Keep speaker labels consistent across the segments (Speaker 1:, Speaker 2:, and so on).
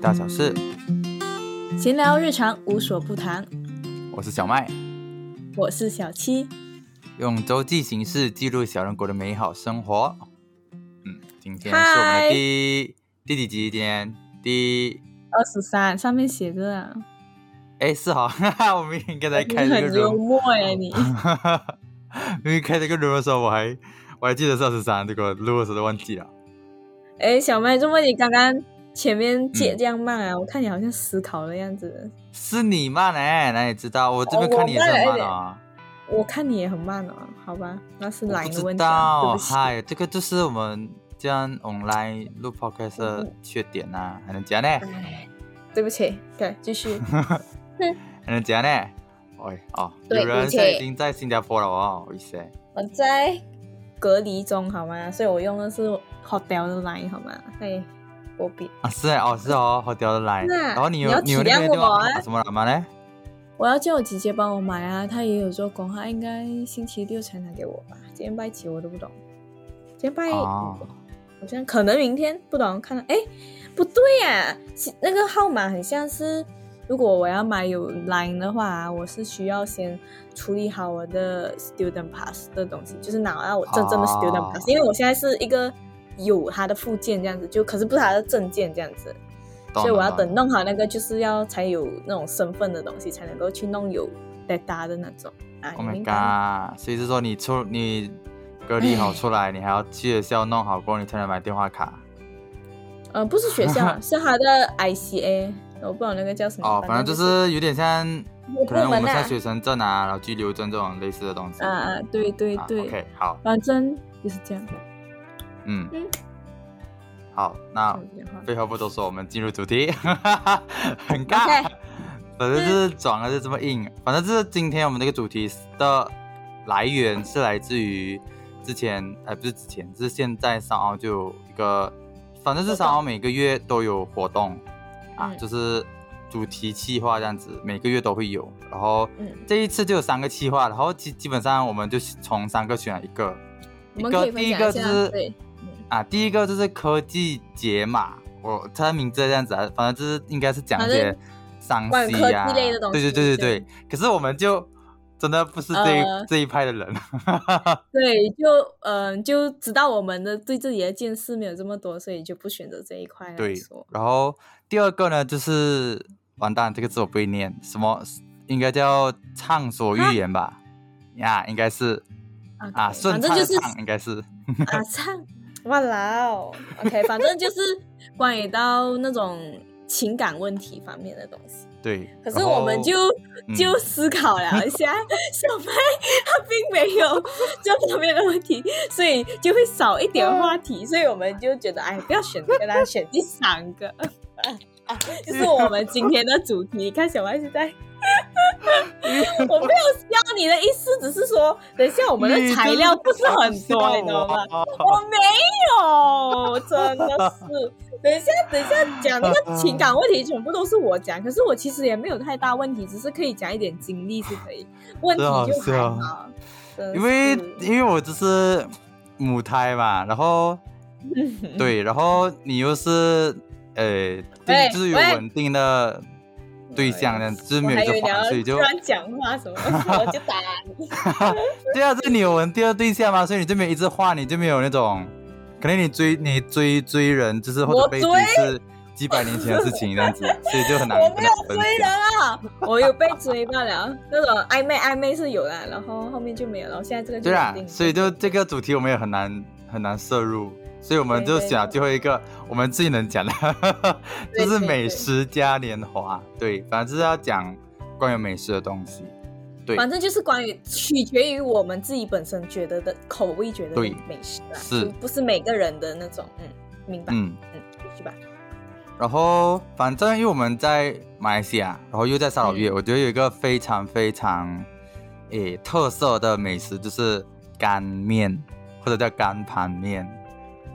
Speaker 1: 大小事，
Speaker 2: 闲聊日常无所不谈。
Speaker 1: 我是小麦，
Speaker 2: 我是小七，
Speaker 1: 用周记形式记录小人国的美好生活。嗯，今天是我们的
Speaker 2: 嗨
Speaker 1: 第第几集？今天第
Speaker 2: 二十三，上面写着啊。
Speaker 1: 哎四号， 哈哈，我们应该在
Speaker 2: 你
Speaker 1: 开这个哦
Speaker 2: 很幽
Speaker 1: room，
Speaker 2: 默哎，你
Speaker 1: 因为开这个 room 的时候，我还我还记得是二十三，结果录的时候都忘记了。
Speaker 2: 哎，小麦，这么你刚刚前面接这样慢
Speaker 1: 嗯
Speaker 2: 啊，我看你好像思考的样子。
Speaker 1: 是你慢哎、哪里知道？我这边
Speaker 2: 哦
Speaker 1: 看你也是很
Speaker 2: 我
Speaker 1: 慢
Speaker 2: 慢了
Speaker 1: 啊、
Speaker 2: 我看你也很慢哦，好吧，那是
Speaker 1: 我
Speaker 2: 懒的
Speaker 1: 不
Speaker 2: 问
Speaker 1: 知
Speaker 2: 题啊，对
Speaker 1: 道，
Speaker 2: 不起。
Speaker 1: 嗨，这个就是我们这样 online 录 podcast 的缺点呐、啊，还能讲呢，
Speaker 2: 哎，对不起，对，继 续。
Speaker 1: 还能讲呢。哎哦，
Speaker 2: 对
Speaker 1: 有人
Speaker 2: 并
Speaker 1: 现
Speaker 2: 且
Speaker 1: 在已经在新加坡了哦，哇塞，
Speaker 2: 我在隔离中好吗？所以我用的是 hotel 的 line 好吗？哎，我比
Speaker 1: 啊是哎哦是哦，好屌的来。
Speaker 2: 是啊
Speaker 1: 然后你有
Speaker 2: 你要
Speaker 1: 有
Speaker 2: 体
Speaker 1: 那
Speaker 2: 谅
Speaker 1: 边电
Speaker 2: 我
Speaker 1: 话
Speaker 2: 啊
Speaker 1: 打什么了吗呢？
Speaker 2: 我要叫我姐姐帮我买啊，她也有做工，她应该星期六才拿给我吧？今天拜几我都不懂，今天拜五、
Speaker 1: 哦
Speaker 2: 好像可能明天不懂，看到哎不对呀、是那个号码很像是，如果我要买有 Line 的话啊、我是需要先处理好我的 Student Pass 的东西，就是拿到我真正的 Student
Speaker 1: 哦
Speaker 2: Pass，、因为我现在是一个有它的附件这样子，就可是不是它的证件这样子。
Speaker 1: 懂
Speaker 2: 所以我
Speaker 1: 了
Speaker 2: 要
Speaker 1: 懂
Speaker 2: 等
Speaker 1: 了
Speaker 2: 弄好那个，就是要才有那种身份的东西，才能够去弄有 data 的那种啊。
Speaker 1: Oh
Speaker 2: 你
Speaker 1: my
Speaker 2: 明白吗
Speaker 1: god！所以是说你出你隔离好出来，你还要去学校弄好过，你才能买电话卡。
Speaker 2: 呃，不是 学校，是他的 ICA，我不知道那个叫什么。
Speaker 1: 哦，反正就
Speaker 2: 哎就是
Speaker 1: 有点像
Speaker 2: 我
Speaker 1: 可能我
Speaker 2: 部
Speaker 1: 们
Speaker 2: 门
Speaker 1: 像
Speaker 2: 啊。
Speaker 1: 学生证啊，然后居留证这种类似的东西。
Speaker 2: 啊啊，对对
Speaker 1: 啊
Speaker 2: 对，
Speaker 1: OK，好，啊
Speaker 2: 反正就是这样。
Speaker 1: 嗯
Speaker 2: 嗯，
Speaker 1: 好，那
Speaker 2: 这样子的话
Speaker 1: 废话不多说，我们进入主 题，很尬。
Speaker 2: OK
Speaker 1: 反正就是转了就这么硬，反正就是今天我们这个主题的来源是来自于之前，哎，不是之前，是现在上澳就有一个，反正是上澳每个月都有活动啊，
Speaker 2: 嗯
Speaker 1: 就是主题企划这样子，每个月都会有。然后
Speaker 2: 嗯
Speaker 1: 这一次就有三个企划，然后基基本上我们就从三个选了一个，
Speaker 2: 我
Speaker 1: 一
Speaker 2: 们
Speaker 1: 个
Speaker 2: 可以分
Speaker 1: 第一
Speaker 2: 享
Speaker 1: 个
Speaker 2: 一
Speaker 1: 就
Speaker 2: 下
Speaker 1: 是
Speaker 2: 对
Speaker 1: 啊，第一个就是科技解码，我它的名字这样子啊，反正就是应该是讲一些商
Speaker 2: 反
Speaker 1: 机
Speaker 2: 正
Speaker 1: 呀、
Speaker 2: 万科之类的东西
Speaker 1: 对对对对对。可是我们就真的不是这一、
Speaker 2: 呃
Speaker 1: 这一派的人，啊
Speaker 2: 对，就嗯、呃就知道我们的对自己的见识没有这么多，所以就不选择这一块来
Speaker 1: 对
Speaker 2: 说。。
Speaker 1: 然后第二个呢，就是完蛋，这个字我不会念，什么应该叫畅所欲言吧？呀、应该是啊，
Speaker 2: OK，
Speaker 1: 顺
Speaker 2: 反正
Speaker 1: 畅
Speaker 2: 就
Speaker 1: 的
Speaker 2: 是
Speaker 1: 畅应该是
Speaker 2: 啊，唱，哇啦哦，OK，反正就是 关于到那种情感问题方面的东西。
Speaker 1: 对。
Speaker 2: 可是
Speaker 1: 然后
Speaker 2: 我们就、
Speaker 1: 嗯
Speaker 2: 就思考了一 下，小麦他并没有 这方面的问题，所以就会少一点话题，所以我们就觉得，哎，不要选这个啦，选第三 个。啊，就是我们今天的主题。你看小麦现 在，我没有笑你的意思，只是说，等一下我们
Speaker 1: 你
Speaker 2: 的
Speaker 1: 真
Speaker 2: 材料不是很多，
Speaker 1: 笑
Speaker 2: 你知道吗？
Speaker 1: 我？
Speaker 2: 我没有，真的是。等一下，等一下讲那个情感问题，全部都是我讲。可是我其实也没有太大问题，只是可以讲一点经历是可以。问题就是还
Speaker 1: 啊是
Speaker 2: 好，呃真的是
Speaker 1: 因为因为我就是母胎嘛，然 后对，然后你又是呃，对，
Speaker 2: 喂
Speaker 1: 就是有
Speaker 2: 喂哎
Speaker 1: 稳定的对象这样子，就是
Speaker 2: 我
Speaker 1: 没有
Speaker 2: 还
Speaker 1: 一
Speaker 2: 以为
Speaker 1: 个
Speaker 2: 你要
Speaker 1: 房，所以就
Speaker 2: 突然讲话什么，我就打你。
Speaker 1: 对啊，就是你有稳定的对象嘛，所以你就没有一直换，你就没有那种，可能你追你追追人，就是或者
Speaker 2: 我
Speaker 1: 被
Speaker 2: 追
Speaker 1: 是几百年前的事情这样子，所以就很难
Speaker 2: 我没
Speaker 1: 跟他
Speaker 2: 有
Speaker 1: 分
Speaker 2: 追人
Speaker 1: 享。
Speaker 2: 啊，我有被追罢了。那种暧昧暧昧是有啦，然后后面就没有了。现在这个就
Speaker 1: 对啊
Speaker 2: 稳定，了
Speaker 1: 所以就这个主题我们也很难很难摄入，所以我们
Speaker 2: 对
Speaker 1: 就
Speaker 2: 对
Speaker 1: 选了最后一个我们最能讲的，就
Speaker 2: 对
Speaker 1: 是
Speaker 2: 对
Speaker 1: 美
Speaker 2: 对
Speaker 1: 食嘉年华。对，反正就是要讲关于美食的东西。对，
Speaker 2: 反正就是关于取决于我们自己本身觉得的口味，觉得的
Speaker 1: 对
Speaker 2: 美食啦，
Speaker 1: 是
Speaker 2: 就不是每个人的那种，嗯，明白，嗯，
Speaker 1: 嗯，
Speaker 2: 继续吧。
Speaker 1: 然后反正因为我们在马来西亚，然后又在沙老
Speaker 2: 嗯
Speaker 1: 越，我觉得有一个非常非常诶特色的美食就是干面，或者叫干盘面。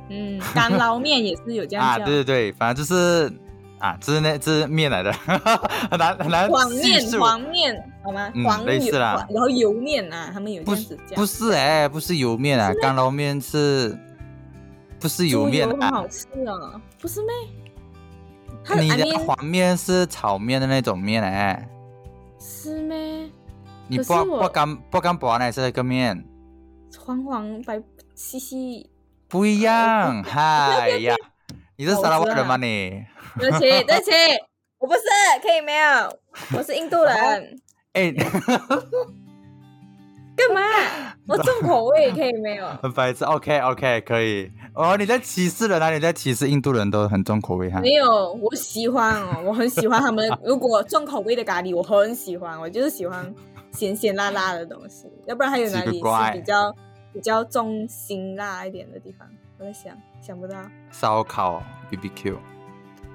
Speaker 2: 嗯，干捞面也是有这 样
Speaker 1: 啊，
Speaker 2: 叫，
Speaker 1: 对对对，反正就是啊，就是那这是面来的， 很难很难
Speaker 2: 黄
Speaker 1: 细
Speaker 2: 面
Speaker 1: 数。
Speaker 2: 黄面好吗？
Speaker 1: 啊嗯
Speaker 2: 黄
Speaker 1: 类
Speaker 2: 油，
Speaker 1: 似啦
Speaker 2: 黄然后油面啊，他们有这
Speaker 1: 不
Speaker 2: 样
Speaker 1: 是
Speaker 2: 子讲，
Speaker 1: 不是哎、不是油面啊，干捞面是，不是油
Speaker 2: 猪
Speaker 1: 面
Speaker 2: 油很
Speaker 1: 啊？
Speaker 2: 好吃啊，不是咩？它
Speaker 1: 你
Speaker 2: I
Speaker 1: 的
Speaker 2: mean-
Speaker 1: 黄面是炒面的那种面哎，
Speaker 2: 是咩？
Speaker 1: 你
Speaker 2: 可是
Speaker 1: 不
Speaker 2: 我
Speaker 1: 不干不干薄奶是那个面，
Speaker 2: 黄黄白细细，
Speaker 1: 不一 样。嗨呀，你是
Speaker 2: 我
Speaker 1: 沙拉
Speaker 2: 知
Speaker 1: 瓦人吗
Speaker 2: 道
Speaker 1: 你？
Speaker 2: 对不起，对不起，我不是，可以没有？我是印度 人，
Speaker 1: 哎，
Speaker 2: 干嘛？我重口味可以没有？
Speaker 1: 很白痴。OK OK，可以。哦，你在歧视人啊？你在歧视印度人都很重口味哈？
Speaker 2: 没有，我喜欢哦，我很喜欢他们。 如果重口味的咖喱，我很喜欢，我就是喜欢咸咸辣辣的东西。要不然还有哪
Speaker 1: 奇
Speaker 2: 里
Speaker 1: 怪
Speaker 2: 是比较比较重辛辣一点的地方？我在想，想不到
Speaker 1: 烧烤 BBQ，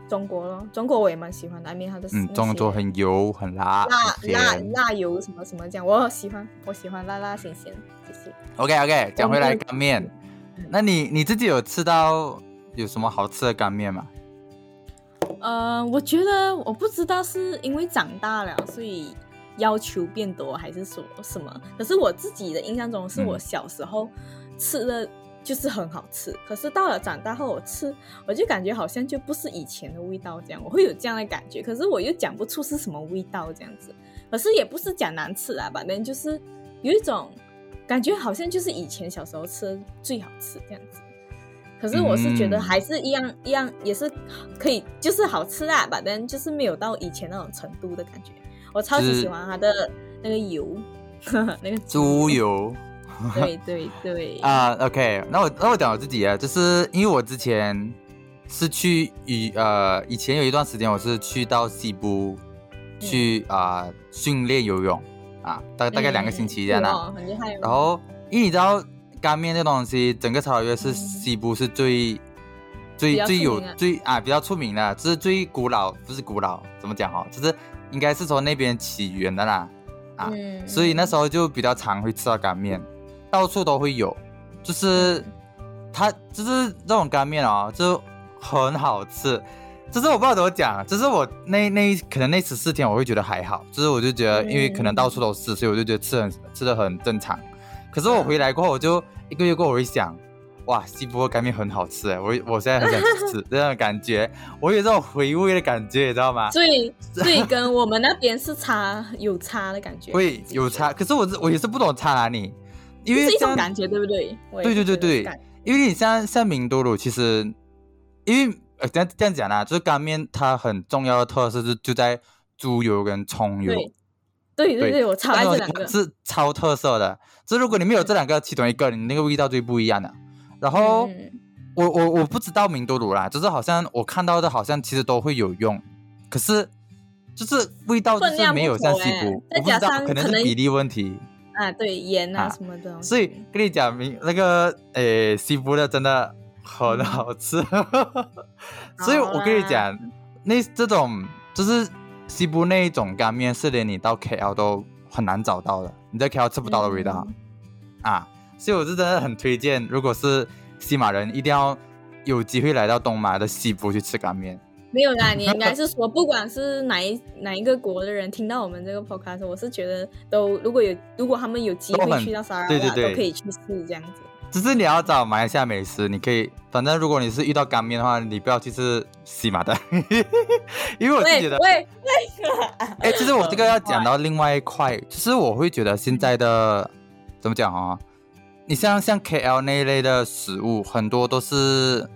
Speaker 2: 中国咯，中国我也蛮喜欢的，里面它的
Speaker 1: 嗯，
Speaker 2: 那
Speaker 1: 中
Speaker 2: 些
Speaker 1: 国很油很辣
Speaker 2: 辣
Speaker 1: 很
Speaker 2: 辣
Speaker 1: 咸。
Speaker 2: 辣油什么什么酱，我喜欢，我喜欢辣辣咸咸，谢谢。
Speaker 1: OK OK，讲回来
Speaker 2: 中国
Speaker 1: 干面，那你你自己有吃到有什么好吃的干面吗？
Speaker 2: 呃，我觉得我不知道是因为长大了，所以要求变多，还是说什么？可是我自己的印象中，是
Speaker 1: 嗯
Speaker 2: 我小时候吃的就是很好吃，可是到了长大后，我吃我就感觉好像就不是以前的味道这样，我会有这样的感觉，可是我又讲不出是什么味道这样子。可是也不是讲难吃啊，反正就是有一种感觉，好像就是以前小时候吃的最好吃这样子。可是我是觉得
Speaker 1: 嗯
Speaker 2: 还是一样、一样，也是可以，就是好吃啊，反正就是没有到以前那种程度的感觉。我超级
Speaker 1: 是
Speaker 2: 喜欢它的那个油， 那个
Speaker 1: 猪，油。
Speaker 2: 对对对，
Speaker 1: 啊、o k 那我那我讲我自己啊，就是因为我之前是去以呃以前有一段时间我是去到西部去啊、训练游泳啊，大大概两个星期这样啦、啊
Speaker 2: 嗯哦很厉害哦。
Speaker 1: 然后因为你知道干面这东西，整个潮汕是
Speaker 2: 嗯
Speaker 1: 西部是最、最
Speaker 2: 比较
Speaker 1: 最
Speaker 2: 出
Speaker 1: 有
Speaker 2: 名啊
Speaker 1: 最啊比较出名的，就是最古老不是古老怎么讲哦，就是应该是从那边起源的啦。啊
Speaker 2: 嗯，
Speaker 1: 所以那时
Speaker 2: 候
Speaker 1: 候就比较常会吃到干面，到处都会有，就是它就是这种干面哦，就很好吃。就是我不知道怎么讲，啊就是我那那可能那十四天我会觉得还好，就是我就觉得因为可能到处都
Speaker 2: 嗯
Speaker 1: 是，所以我就觉得吃很吃的很正常。可是我回来过后，我就一个月过后，我会想，哇，西伯干面很好吃哎，我我现在很想去 吃这样的感觉，我有这种回味的感觉，你知道吗？
Speaker 2: 所以所以跟我们那边是差有差的感觉，
Speaker 1: 会有差，可是我是我也是不懂差哪里，因
Speaker 2: 就
Speaker 1: 为
Speaker 2: 是一种
Speaker 1: 像
Speaker 2: 感觉，对不对？我也
Speaker 1: 对对对
Speaker 2: 是觉得是
Speaker 1: 对
Speaker 2: 感
Speaker 1: 因为你像像明都鲁，其实因为呃这样这样讲啦、就是干面它很重要的特色是就在猪油跟葱油，
Speaker 2: 对对对
Speaker 1: 对
Speaker 2: 对，我超爱
Speaker 1: 那
Speaker 2: 这
Speaker 1: 种
Speaker 2: 两个。
Speaker 1: 是超特色的。就如果你没有这两个其中一个，你那个味道就不一样的。然后、
Speaker 2: 嗯
Speaker 1: 我我我不知道明都鲁啦，就是好像我看到的，好像其实都会有用，可是就是味道就
Speaker 2: 分量
Speaker 1: 是
Speaker 2: 不
Speaker 1: 没有像
Speaker 2: 同
Speaker 1: 西
Speaker 2: 欸
Speaker 1: 部，
Speaker 2: 再
Speaker 1: 我不知
Speaker 2: 加
Speaker 1: 道
Speaker 2: 上
Speaker 1: 可能
Speaker 2: 可能
Speaker 1: 是比例问题。
Speaker 2: 啊，对盐啊
Speaker 1: 啊
Speaker 2: 什么的东西，
Speaker 1: 所以跟你讲明那个诶西部的真的很好吃， 所以我跟你讲，那这种就是西部那一种干面，是连你到 KL 都很难找到的，你在 KL 吃不到的味道、啊。所以我是真的很推荐，如果是西马人，一定要有机会来到东马的西部去吃干面。
Speaker 2: 没有 啦，你应该是说，不管是哪一哪一个国的人听到我们这个 podcast，我是觉得都如果有如果他们有机
Speaker 1: 都
Speaker 2: 会
Speaker 1: 很
Speaker 2: 去到沙拉
Speaker 1: 对对
Speaker 2: 瓦，
Speaker 1: 对
Speaker 2: 都可以去试这样子。
Speaker 1: 只是你要找马来西亚美食，你可以，反正如果你是遇到干面的话，你不要去吃西马的， 因为我是
Speaker 2: 喂
Speaker 1: 觉得。
Speaker 2: 喂，
Speaker 1: 哎、
Speaker 2: 呃
Speaker 1: 其实我这个要讲
Speaker 2: 到
Speaker 1: 到另外一块，就是我会觉得现在的怎么讲啊？你像像 KL 那一类的食物，很多都是，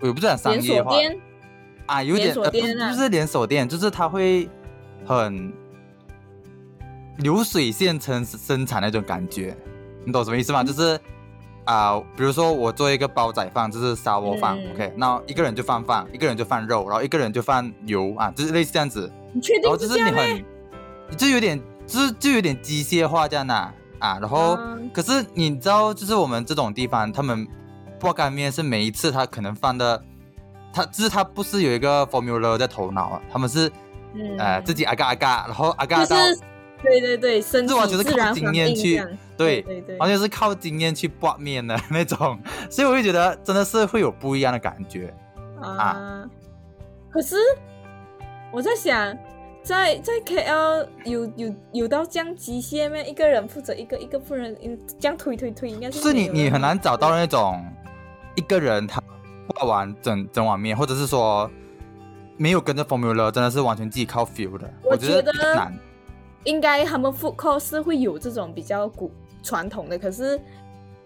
Speaker 1: 我也不是很商
Speaker 2: 连
Speaker 1: 业
Speaker 2: 锁
Speaker 1: 化
Speaker 2: 店
Speaker 1: 啊，有点
Speaker 2: 连锁
Speaker 1: 呃不是
Speaker 2: 店啊
Speaker 1: 不是连锁店，就是它会很流水线生生产那种感觉，你懂什么意思
Speaker 2: 嗯
Speaker 1: 吗？就是啊、比如说我做一个煲仔饭，就是砂锅饭、
Speaker 2: 嗯
Speaker 1: o k 那一个人就放饭，一个人就放肉，然后一个人就放油啊，就是类似这样子。
Speaker 2: 你确
Speaker 1: 然后哦就
Speaker 2: 定
Speaker 1: 是
Speaker 2: 这
Speaker 1: 你
Speaker 2: 样咩？
Speaker 1: 很，就有点，就是就有点机械化这样呐啊然后、
Speaker 2: 嗯
Speaker 1: 可是你知道，就是我们这种地方，他们爆干面是每一次他可能放的，他就是他不是有一个 formula 在头脑啊，他们是、
Speaker 2: 嗯
Speaker 1: 呃自己啊嘎啊嘎，然后啊嘎
Speaker 2: 就
Speaker 1: 到，
Speaker 2: 是对对对，身体
Speaker 1: 这完全是
Speaker 2: 自
Speaker 1: 靠
Speaker 2: 然
Speaker 1: 经
Speaker 2: 反
Speaker 1: 验
Speaker 2: 应这
Speaker 1: 去
Speaker 2: 样。
Speaker 1: 对
Speaker 2: 对对，
Speaker 1: 完全是靠经验去爆面的 那种，所以我就觉得真的是会有不一样的感觉。
Speaker 2: 啊。可是我在想，在在 KL 有有有到这样极限咩？一个人负责一个，一个负责一个这样推推推，应该
Speaker 1: 就是是
Speaker 2: 没
Speaker 1: 你
Speaker 2: 有
Speaker 1: 你
Speaker 2: 了
Speaker 1: 很难找到那种一个人他画完整整碗面，或者是说没有跟着 formula，真的是完全自己靠 feel 的。
Speaker 2: 我
Speaker 1: 我觉
Speaker 2: 觉得
Speaker 1: 难，
Speaker 2: 应该他们 food court 是会有这种比较古传统的，可是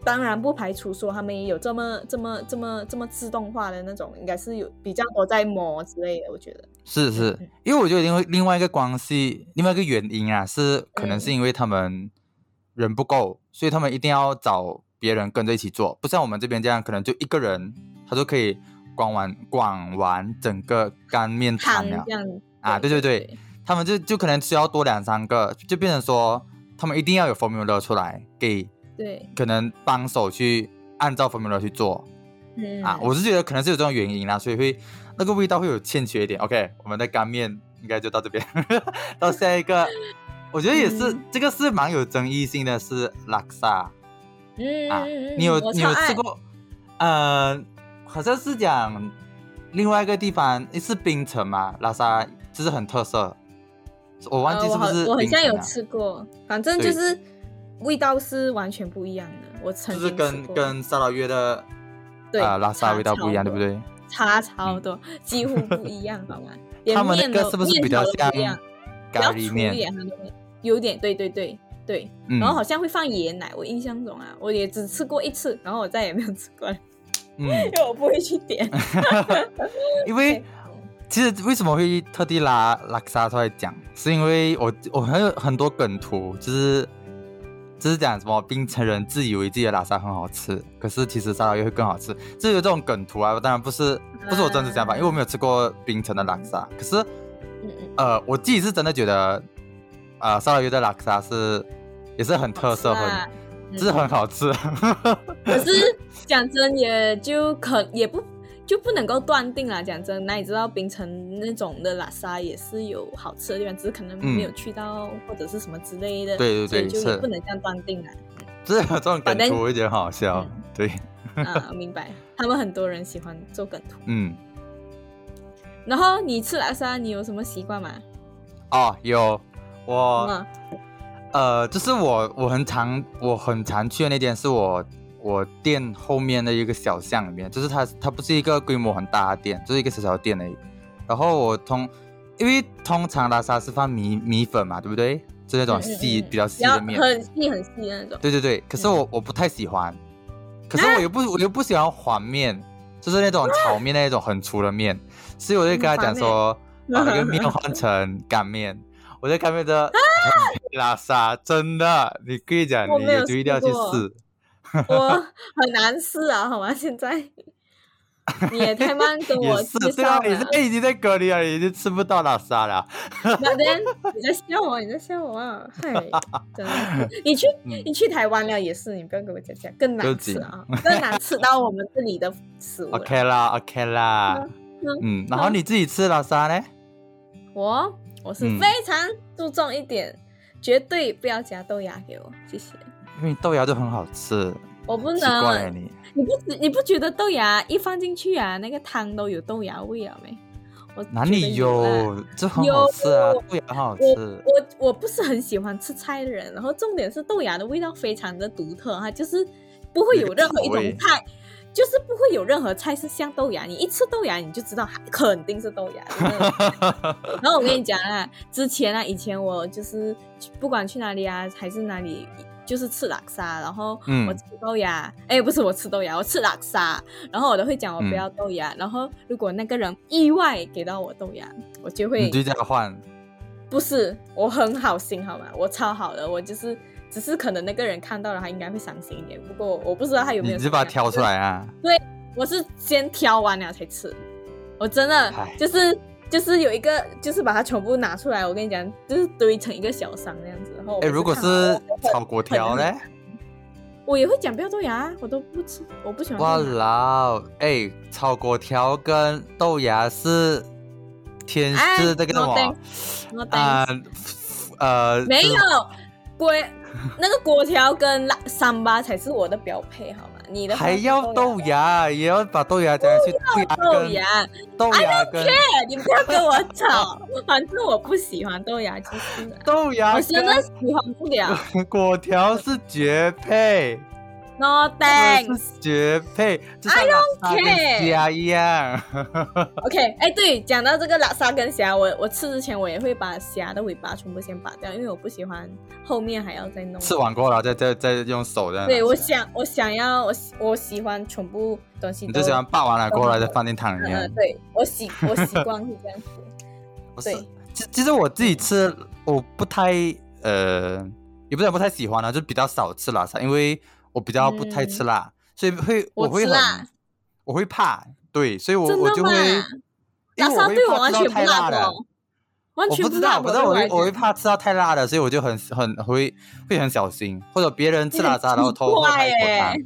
Speaker 2: 当然不排除说他们也有这么这么这么这么自动化的那种，应该是有比较多在磨之类的。我 觉得
Speaker 1: 是是
Speaker 2: 嗯，
Speaker 1: 因为我觉得另外另外一个关系，另外一个原因啊，是可能
Speaker 2: 嗯
Speaker 1: 是因为他们人不够，所以他们一定要找别人跟着一起做，不像我们这边这样，可能就一个人他就可以逛完逛完整个干面摊
Speaker 2: 汤
Speaker 1: 了
Speaker 2: 这。样
Speaker 1: 啊对对对他们就就可能需要多两三个，就变成说他们一定要有 formula 出来给
Speaker 2: 对，
Speaker 1: 可能帮手去按照 formula 去做
Speaker 2: 嗯
Speaker 1: 啊。我是觉得可能是有这种原因啦，所以会那个味道会有欠缺一点。OK，我们的干面应该就到这边， 到下一个，我觉得也是、
Speaker 2: 嗯
Speaker 1: 这个是蛮有争议性的，是拉萨。
Speaker 2: 嗯
Speaker 1: 啊
Speaker 2: 嗯嗯
Speaker 1: 你有
Speaker 2: 我
Speaker 1: 你
Speaker 2: 超
Speaker 1: 有
Speaker 2: 爱
Speaker 1: 吃过？呃，好像是讲另外一个地方诶是冰城嘛，拉萨就是很特色。我忘记
Speaker 2: 呃
Speaker 1: 是不是、冰
Speaker 2: 我好我好像有
Speaker 1: 城啊
Speaker 2: 吃过，反正就
Speaker 1: 对
Speaker 2: 是味道是完全不一样的。我曾
Speaker 1: 就是
Speaker 2: 经吃
Speaker 1: 跟
Speaker 2: 过
Speaker 1: 跟沙拉越的
Speaker 2: 对
Speaker 1: 呃拉萨
Speaker 2: 差
Speaker 1: 味道不一样，对不对？嗯
Speaker 2: 差超多，几乎不一样，好 吗？连
Speaker 1: 他们那
Speaker 2: 面
Speaker 1: 个
Speaker 2: 都
Speaker 1: 是不是
Speaker 2: 面
Speaker 1: 比较像
Speaker 2: 条都不一样比较
Speaker 1: 咖
Speaker 2: 粗
Speaker 1: 喱
Speaker 2: 一
Speaker 1: 面？
Speaker 2: 点它的面有点对对对对，
Speaker 1: 嗯
Speaker 2: 然后好像会放椰奶，我印象中啊，我也只吃过一次，然后我再也没有吃 过了，
Speaker 1: 嗯
Speaker 2: 因，为我不会去 点。
Speaker 1: 因为其实为什么会特地拉拉萨出来讲，是因为我我还有很多梗图，就是就是讲什么冰城人自以为自己的拉萨很好吃，可是其实沙拉越会更好吃，就有这种梗图啊。当然不是不是我真实想法，因为我没有吃过冰城的拉萨，可是
Speaker 2: 嗯嗯，
Speaker 1: 呃，我自己是真的觉得，呃，沙拉越的拉萨是也是很特色，
Speaker 2: 好吃啊
Speaker 1: 很
Speaker 2: 嗯啦
Speaker 1: 就是很好吃。
Speaker 2: 可是讲真，也就可也不就不能够断定啦。讲真，那你知道冰城那种的拉萨也是有好吃的地方，只是可能没有
Speaker 1: 嗯
Speaker 2: 去到、或者是什么之类的，
Speaker 1: 对对
Speaker 2: 所以
Speaker 1: 对
Speaker 2: 就也
Speaker 1: 是
Speaker 2: 不能这样断定啦。啊
Speaker 1: 就是有这种梗
Speaker 2: 反正嗯
Speaker 1: 图，我会觉得很好笑。对，
Speaker 2: 啊，明白，他们很多人喜欢做梗图。
Speaker 1: 嗯，
Speaker 2: 然后你吃拉萨，你有什么习惯吗？
Speaker 1: 哦，有我。
Speaker 2: 嗯
Speaker 1: 呃，就是我我很常我很常去的那间是我我店后面的一个小巷里面，就是它它不是一个规模很大的店，就是一个小小的店而已。然后我通，因为通常拉萨是放米米粉嘛，对不对？就那种
Speaker 2: 嗯嗯
Speaker 1: 细、
Speaker 2: 嗯
Speaker 1: 比较细的
Speaker 2: 比
Speaker 1: 面
Speaker 2: 较，很细很细的那种。
Speaker 1: 对对对。可是
Speaker 2: 嗯
Speaker 1: 我、我不太喜欢，可
Speaker 2: 啊
Speaker 1: 是我又不、我又不喜欢黄面，就是那种炒面那种很粗的面，所以我就跟他讲说，
Speaker 2: 嗯
Speaker 1: 把那个面换成干面。我在干面的
Speaker 2: 啊
Speaker 1: 拉萨，真的，你可以讲，
Speaker 2: 我
Speaker 1: 你
Speaker 2: 没有
Speaker 1: 就一定要去
Speaker 2: 试过
Speaker 1: 试。
Speaker 2: 我很难吃啊，好吗？现在你也太慢跟
Speaker 1: 也
Speaker 2: 我
Speaker 1: 是对
Speaker 2: 介，绍
Speaker 1: 啊，
Speaker 2: 了
Speaker 1: 你。现在已经在隔离了，已经吃不到拉萨 了。
Speaker 2: 那等下你在笑我，你在笑我啊！嗨，真的，你去
Speaker 1: 嗯
Speaker 2: 你去台湾了也是，你不要跟我讲讲，更难吃啊，更难吃到我们这里的食物了。
Speaker 1: OK 啦，OK 啦
Speaker 2: 嗯，
Speaker 1: 嗯，然后你自己吃拉萨呢？
Speaker 2: 我我是
Speaker 1: 嗯
Speaker 2: 非常注重一点，绝对不要加豆芽给我，谢谢。
Speaker 1: 因为豆芽就很好吃，
Speaker 2: 我不
Speaker 1: 奇怪
Speaker 2: 能
Speaker 1: 了，你。
Speaker 2: 你不你不觉得豆芽一放进去啊，那个汤都有豆芽味了没？我
Speaker 1: 哪
Speaker 2: 觉得
Speaker 1: 里
Speaker 2: 啊？
Speaker 1: 有？这很好吃啊
Speaker 2: 有，
Speaker 1: 豆芽很好吃。
Speaker 2: 我我不是很喜欢吃菜的人，然后重点是豆芽的味道非常的独特，它就是不会有任何一
Speaker 1: 那个
Speaker 2: 种
Speaker 1: 草
Speaker 2: 菜，就是不会有任何菜是像豆芽，你一吃豆芽你就知道它哎肯定是豆芽。真的然后我跟你讲啊，之前啊，以前我就是不管去哪里啊，还是哪里，就是吃拉沙，然后
Speaker 1: 嗯
Speaker 2: 我吃豆芽，哎、不是我吃豆芽，我吃拉沙，然后我都会讲我
Speaker 1: 嗯
Speaker 2: 不要豆芽，然后如果那个人意外给到我豆芽，我就会
Speaker 1: 你就这样换，
Speaker 2: 不是我很好心好吗？我超好的，我就是只是可能那个人看到了，他应该会伤心一点，不过我不知道他有没有
Speaker 1: 你就把它
Speaker 2: 伤心
Speaker 1: 挑出来啊。
Speaker 2: 我是先挑完了才吃，我真的
Speaker 1: 唉
Speaker 2: 就是就是有一个就是把它全部拿出来，我跟你讲，就是堆成一个小山那样子。然后我
Speaker 1: 哎，
Speaker 2: 每次
Speaker 1: 如果
Speaker 2: 看到
Speaker 1: 是
Speaker 2: 我就
Speaker 1: 炒粿条呢？
Speaker 2: 我也会讲不要豆芽，我都不吃，我不喜欢
Speaker 1: 哇
Speaker 2: 豆芽。
Speaker 1: 啦，哎，炒粿条跟豆芽是天
Speaker 2: 哎
Speaker 1: 是这个什
Speaker 2: no
Speaker 1: 么
Speaker 2: thanks, no？
Speaker 1: 啊
Speaker 2: thanks
Speaker 1: 呃，
Speaker 2: 没
Speaker 1: 是
Speaker 2: 有锅那个锅条跟辣三巴才是我的标配，好吗？你的话
Speaker 1: 还
Speaker 2: 是
Speaker 1: 要豆芽，也要把豆芽加进去，
Speaker 2: 豆
Speaker 1: 豆
Speaker 2: 芽
Speaker 1: 芽，跟豆芽跟
Speaker 2: 哎你不要跟我 吵，反正我不喜欢豆芽就是了，
Speaker 1: 豆芽
Speaker 2: 我真的
Speaker 1: 跟
Speaker 2: 喜欢不了。
Speaker 1: 粿条是绝配。
Speaker 2: No
Speaker 1: 真的
Speaker 2: thanks。
Speaker 1: 是绝配，就像
Speaker 2: I
Speaker 1: 拉萨
Speaker 2: care
Speaker 1: 跟虾一样。
Speaker 2: OK，哎，对，讲到这个拉沙跟虾，我我吃之前我也会把虾的尾巴全部先拔掉，因为我不喜欢后面还要再弄。
Speaker 1: 吃完过了再再再用手这样拿起来。
Speaker 2: 对，我想我想要我喜我喜欢全部东西
Speaker 1: 你
Speaker 2: 都。
Speaker 1: 就喜欢霸完了过来再放进汤里
Speaker 2: 嗯
Speaker 1: 面
Speaker 2: 嗯，。对我习 我习惯是这样子。
Speaker 1: 我是
Speaker 2: 对，
Speaker 1: 其其实我自己吃，我不太呃，也不是不太喜欢啦，就比较少吃辣菜，因为我比较不太吃辣，所以会
Speaker 2: 嗯我
Speaker 1: 会
Speaker 2: 吃
Speaker 1: 很
Speaker 2: 辣
Speaker 1: 我会怕，对，所以我
Speaker 2: 真的
Speaker 1: 我就会
Speaker 2: 吗，
Speaker 1: 因
Speaker 2: 拉
Speaker 1: 为我
Speaker 2: 沙
Speaker 1: 会
Speaker 2: 对
Speaker 1: 怕
Speaker 2: 我完
Speaker 1: 吃到
Speaker 2: 全不
Speaker 1: 太辣的，
Speaker 2: 过，完
Speaker 1: 我
Speaker 2: 全
Speaker 1: 不知道，
Speaker 2: 不
Speaker 1: 不知道我
Speaker 2: 会
Speaker 1: 会我会怕吃到太辣的，所以我就很很会会很小心，或者别人吃
Speaker 2: 你
Speaker 1: 拉
Speaker 2: 很
Speaker 1: 沙然后
Speaker 2: 奇
Speaker 1: 偷喝
Speaker 2: 怪
Speaker 1: 一口
Speaker 2: 耶
Speaker 1: 汤，